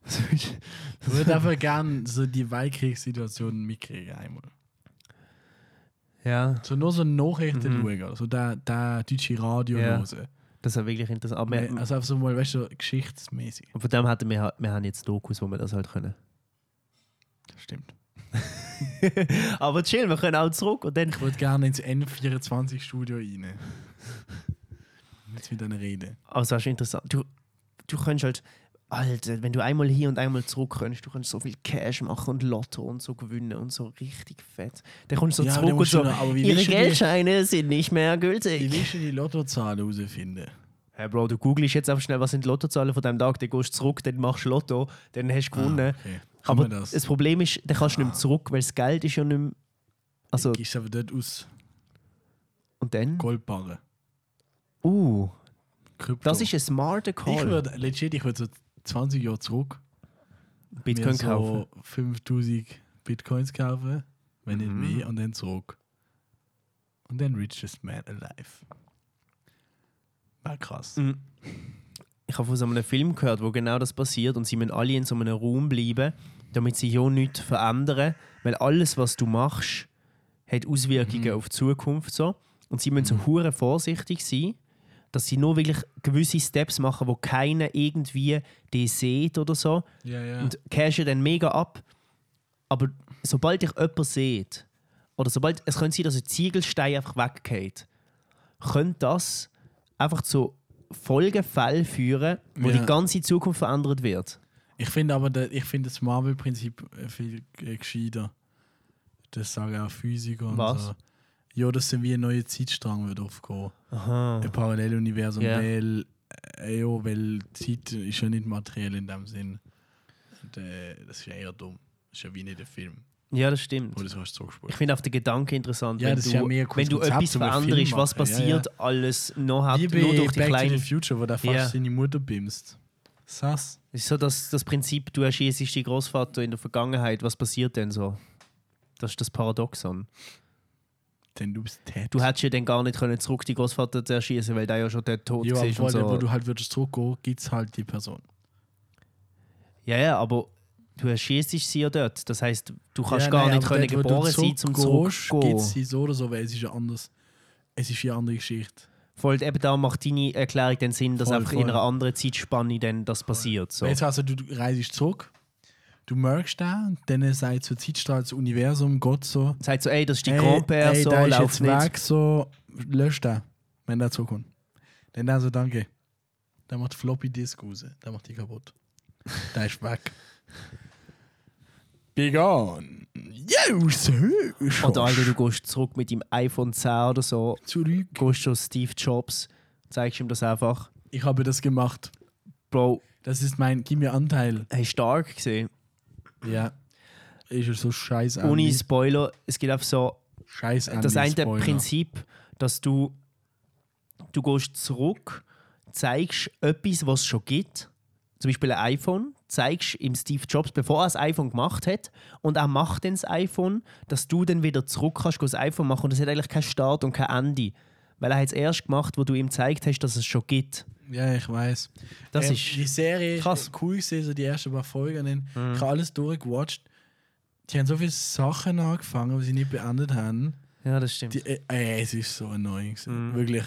[SPEAKER 5] Was willst du?
[SPEAKER 6] Ich würde einfach gern so die Weltkriegssituation mitkriegen einmal.
[SPEAKER 5] ja.
[SPEAKER 6] So nur so Nachrichten schauen, oder so der, der deutsche Radio
[SPEAKER 5] Mhm. Ja.
[SPEAKER 6] hören.
[SPEAKER 5] Das ist wirklich interessant. Aber wir,
[SPEAKER 6] Nein, Also einfach so mal, weißt du, so geschichtsmäßig.
[SPEAKER 5] und von dem hatten wir, halt- wir haben jetzt Dokus, wo wir das halt können.
[SPEAKER 6] Das stimmt.
[SPEAKER 5] Aber chill, wir können auch zurück und dann
[SPEAKER 6] Ich würde gerne ins N24-Studio rein. Jetzt mit deiner Rede.
[SPEAKER 5] Also das ist interessant. Du, du kannst halt, Alter, wenn du einmal hier und einmal zurück kannst, du kannst so viel Cash machen und Lotto und so gewinnen und so richtig fett. Dann kommst du so
[SPEAKER 6] Ja, aber
[SPEAKER 5] zurück
[SPEAKER 6] dann
[SPEAKER 5] und
[SPEAKER 6] musst du
[SPEAKER 5] so,
[SPEAKER 6] noch- aber wie
[SPEAKER 5] ihre
[SPEAKER 6] willst du die-
[SPEAKER 5] Geldscheine sind nicht mehr
[SPEAKER 6] Wie
[SPEAKER 5] gültig.
[SPEAKER 6] willst du die Lottozahlen herausfinden?
[SPEAKER 5] Hey Bro, du googelst jetzt einfach schnell, was sind die Lottozahlen von deinem Tag, dann gehst du zurück, dann machst du Lotto, dann hast du gewonnen.
[SPEAKER 6] okay. Kann
[SPEAKER 5] Ne. Aber
[SPEAKER 6] man Ah, das? Ah.
[SPEAKER 5] das Problem ist, dann kannst du nicht mehr zurück, weil das Geld ist ja nicht mehr... Also,
[SPEAKER 6] Gehst aber dort aus.
[SPEAKER 5] und dann?
[SPEAKER 6] Goldbarren.
[SPEAKER 5] Uh,
[SPEAKER 6] Krypto.
[SPEAKER 5] das ist ein smarter
[SPEAKER 6] Ich
[SPEAKER 5] Call.
[SPEAKER 6] würde, legit, ich würde so 20 Jahre zurück mir
[SPEAKER 5] Bitcoin kaufen.
[SPEAKER 6] so 5000 Bitcoins kaufen, wenn
[SPEAKER 5] Mhm.
[SPEAKER 6] nicht mehr, und dann zurück. Und dann richest man alive. War krass.
[SPEAKER 5] Mhm. ich habe von so einem Film gehört, wo genau das passiert und sie müssen alle in so einem Raum bleiben, damit sie ja nichts verändern, weil alles, was du machst, hat Auswirkungen auf die Zukunft so. Und sie müssen so hure vorsichtig sein, dass sie nur wirklich gewisse Steps machen, wo keiner irgendwie die sieht oder so.
[SPEAKER 6] Ja, ja.
[SPEAKER 5] Und cashen dann mega ab. Aber sobald dich jemand sieht, oder sobald es könnte sein, dass ein Ziegelstein einfach weggeht, könnte das einfach zu Folgefällen führen, wo
[SPEAKER 6] Ja.
[SPEAKER 5] die ganze Zukunft verändert wird.
[SPEAKER 6] ich finde aber, der- ich finde das Marvel-Prinzip äh, viel äh, gescheiter. Das sagen auch Physiker und
[SPEAKER 5] Was?
[SPEAKER 6] so. Ja, dass dann wie ein neuer Zeitstrang wird aufgehen.
[SPEAKER 5] Aha.
[SPEAKER 6] Ein Paralleluniversum,
[SPEAKER 5] Ja.
[SPEAKER 6] weil, äh, ja, weil Zeit ist ja nicht materiell in dem Sinn. Und, äh, das ist ja eher dumm. Das ist ja wie nicht ein Film,
[SPEAKER 5] Ja, das
[SPEAKER 6] wo
[SPEAKER 5] stimmt.
[SPEAKER 6] du es kannst zurückspulen.
[SPEAKER 5] Ich finde auch den Gedanken interessant,
[SPEAKER 6] Ja,
[SPEAKER 5] wenn,
[SPEAKER 6] das
[SPEAKER 5] du,
[SPEAKER 6] ist ja ein mega cooles
[SPEAKER 5] wenn du
[SPEAKER 6] Konzept,
[SPEAKER 5] etwas
[SPEAKER 6] um einen Film
[SPEAKER 5] veränderst, was
[SPEAKER 6] machen. Ja, ja.
[SPEAKER 5] passiert alles noch hat,
[SPEAKER 6] Wie
[SPEAKER 5] nur
[SPEAKER 6] bei
[SPEAKER 5] durch die
[SPEAKER 6] Back to
[SPEAKER 5] kleinen.
[SPEAKER 6] the Future, wo der fast
[SPEAKER 5] Ja.
[SPEAKER 6] seine Mutter bimst. Sass.
[SPEAKER 5] Das ist so das, das Prinzip, du erschießt deinen Großvater in der Vergangenheit, was passiert denn so? Das ist das Paradoxon.
[SPEAKER 6] Denn du bist Ted.
[SPEAKER 5] du hättest ja dann gar nicht können zurück die Großvater zu erschießen, weil der ja schon dort tot
[SPEAKER 6] ja,
[SPEAKER 5] war.
[SPEAKER 6] aber
[SPEAKER 5] Und
[SPEAKER 6] vor allem, wo
[SPEAKER 5] so.
[SPEAKER 6] du halt würdest zurückgehen, gibt es halt die Person.
[SPEAKER 5] Ja, ja, aber du erschießt sie ja dort. Das heißt, du kannst
[SPEAKER 6] Ja,
[SPEAKER 5] gar
[SPEAKER 6] nein,
[SPEAKER 5] nicht
[SPEAKER 6] aber
[SPEAKER 5] können
[SPEAKER 6] dort, wo
[SPEAKER 5] geboren
[SPEAKER 6] du
[SPEAKER 5] sein, zum
[SPEAKER 6] Gibt es
[SPEAKER 5] zurückgehen.
[SPEAKER 6] sie so oder so, weil es ist ja anders. Es ist ja eine andere Geschichte.
[SPEAKER 5] Voll, eben da macht deine Erklärung den Sinn, dass
[SPEAKER 6] Voll,
[SPEAKER 5] einfach in
[SPEAKER 6] voll.
[SPEAKER 5] einer anderen Zeitspanne dann das passiert. So.
[SPEAKER 6] Weil Jetzt also, du du reist zurück, du merkst den, dann sagt so Zeitstrahl, das Universum, Gott so.
[SPEAKER 5] Sagt so, ey, das ist die
[SPEAKER 6] ey,
[SPEAKER 5] Grand-Père,
[SPEAKER 6] ey,
[SPEAKER 5] so
[SPEAKER 6] der ist
[SPEAKER 5] läuft
[SPEAKER 6] jetzt
[SPEAKER 5] nicht.
[SPEAKER 6] weg, so löscht den, wenn der zurückkommt. Dann der so, danke. Der macht Floppy Disk raus, der macht die kaputt. Der ist weg. Be gone. Yes!
[SPEAKER 5] Oder Alter, Oh, du gehst zurück mit dem iPhone 10 oder so,
[SPEAKER 6] zurück.
[SPEAKER 5] gehst zu Steve Jobs, zeigst ihm das einfach.
[SPEAKER 6] Ich habe das gemacht.
[SPEAKER 5] Bro,
[SPEAKER 6] Das ist mein, gib mir Anteil.
[SPEAKER 5] hast du stark gesehen?
[SPEAKER 6] Ja. Ist ja so scheiß
[SPEAKER 5] Ohne Spoiler, es gibt einfach so
[SPEAKER 6] Scheiß
[SPEAKER 5] das
[SPEAKER 6] Andy,
[SPEAKER 5] eine
[SPEAKER 6] Spoiler.
[SPEAKER 5] Prinzip, dass du, du gehst zurück, zeigst etwas, was es schon gibt, zum Beispiel ein iPhone, zeigst ihm Steve Jobs, bevor er das iPhone gemacht hat, und er macht dann das iPhone, dass du dann wieder zurück kannst, gehst das iPhone machen und es hat eigentlich keinen Start und kein Ende. Weil er hat es erst gemacht, wo du ihm gezeigt hast, dass es schon gibt.
[SPEAKER 6] Ja, ich weiß.
[SPEAKER 5] Das
[SPEAKER 6] Ähm,
[SPEAKER 5] ist
[SPEAKER 6] Die Serie ist
[SPEAKER 5] krass.
[SPEAKER 6] cool gesehen, so die ersten paar Folgen. Mhm. Ich habe alles durchgewatcht. Die haben so viele Sachen angefangen, die sie nicht beendet haben.
[SPEAKER 5] Ja, das stimmt.
[SPEAKER 6] Die, äh, äh, es ist so annoying.
[SPEAKER 5] Mhm.
[SPEAKER 6] gewesen. Wirklich.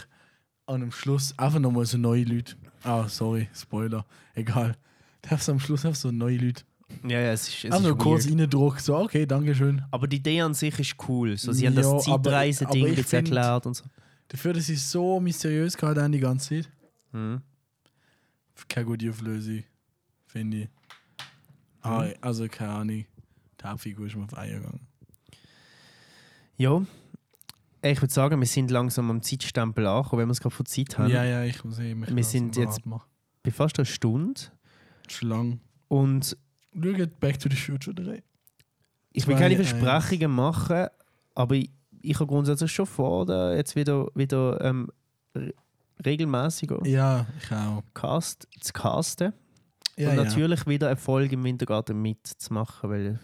[SPEAKER 6] Und am Schluss einfach nochmal so neue Leute. Ah, sorry, Spoiler. Egal. [LAUGHS] Darfst am Schluss einfach so neue Leute.
[SPEAKER 5] ja, ja, es ist, es
[SPEAKER 6] Also
[SPEAKER 5] ist
[SPEAKER 6] kurz
[SPEAKER 5] weird.
[SPEAKER 6] reindruck, so okay, Dankeschön.
[SPEAKER 5] Aber die Idee an sich ist cool. So, sie haben
[SPEAKER 6] Ja,
[SPEAKER 5] das
[SPEAKER 6] aber-
[SPEAKER 5] Zeitreise-Ding
[SPEAKER 6] aber ich
[SPEAKER 5] jetzt
[SPEAKER 6] find-
[SPEAKER 5] erklärt und so.
[SPEAKER 6] Dafür, dass sie so mysteriös gehalten haben die ganze Zeit. Mhm. Keine gute Auflösung, finde ich. Ah, also keine Ahnung. Die Hauptfigur ist mir auf die Eier gegangen.
[SPEAKER 5] Ja, ich würde sagen, wir sind langsam am Zeitstempel angekommen, wenn wir es gerade von Zeit haben.
[SPEAKER 6] Ja, ja, ich muss eh mich
[SPEAKER 5] Wir
[SPEAKER 6] langsam
[SPEAKER 5] sind jetzt-
[SPEAKER 6] bereit machen.
[SPEAKER 5] Bei fast einer Stunde.
[SPEAKER 6] Schon lang.
[SPEAKER 5] Und
[SPEAKER 6] Schaut Back to the Future 3.
[SPEAKER 5] ich will
[SPEAKER 6] Zwei,
[SPEAKER 5] keine
[SPEAKER 6] eins.
[SPEAKER 5] Versprechungen machen, aber ich, ich habe grundsätzlich schon vor, da jetzt wieder, wieder ähm, re- regelmäßiger
[SPEAKER 6] Ja, ich auch.
[SPEAKER 5] Cast, zu casten.
[SPEAKER 6] Ja,
[SPEAKER 5] und
[SPEAKER 6] ja.
[SPEAKER 5] natürlich wieder Erfolg im Wintergarten mitzumachen, weil,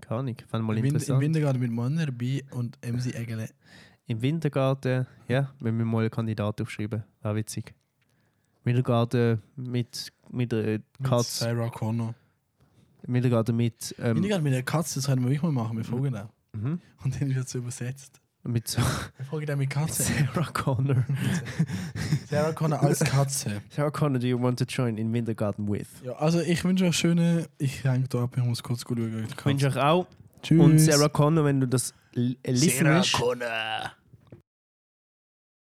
[SPEAKER 5] keine Ahnung, fand mal
[SPEAKER 6] Im Win- Im
[SPEAKER 5] interessant.
[SPEAKER 6] Wintergarten mit Mann dabei und MC Egele.
[SPEAKER 5] Im Wintergarten, ja, wenn wir mal einen Kandidaten aufschreiben, wäre witzig. Wintergarten mit, mit äh, einer
[SPEAKER 6] Mit
[SPEAKER 5] Katze.
[SPEAKER 6] Sarah Connor.
[SPEAKER 5] Wintergarten mit. Ähm,
[SPEAKER 6] Mhm. Wintergarten mit der Katze, das können wir wirklich mal machen, wir folgen auch.
[SPEAKER 5] Mhm.
[SPEAKER 6] Und dann wird es übersetzt.
[SPEAKER 5] Mit [LAUGHS] so
[SPEAKER 6] Ich frage dann mit Katze.
[SPEAKER 5] Sarah Connor.
[SPEAKER 6] Sarah Connor als Katze.
[SPEAKER 5] Sarah Connor, do you want to join in Wintergarten with?
[SPEAKER 6] Ja, also ich wünsche euch schöne. Ich hänge da ab, ich muss kurz schauen. ob die Katze-
[SPEAKER 5] Wünsche ich auch.
[SPEAKER 6] Tschüss.
[SPEAKER 5] Und Sarah Connor, wenn du das l- äh, listenest,
[SPEAKER 4] Connor.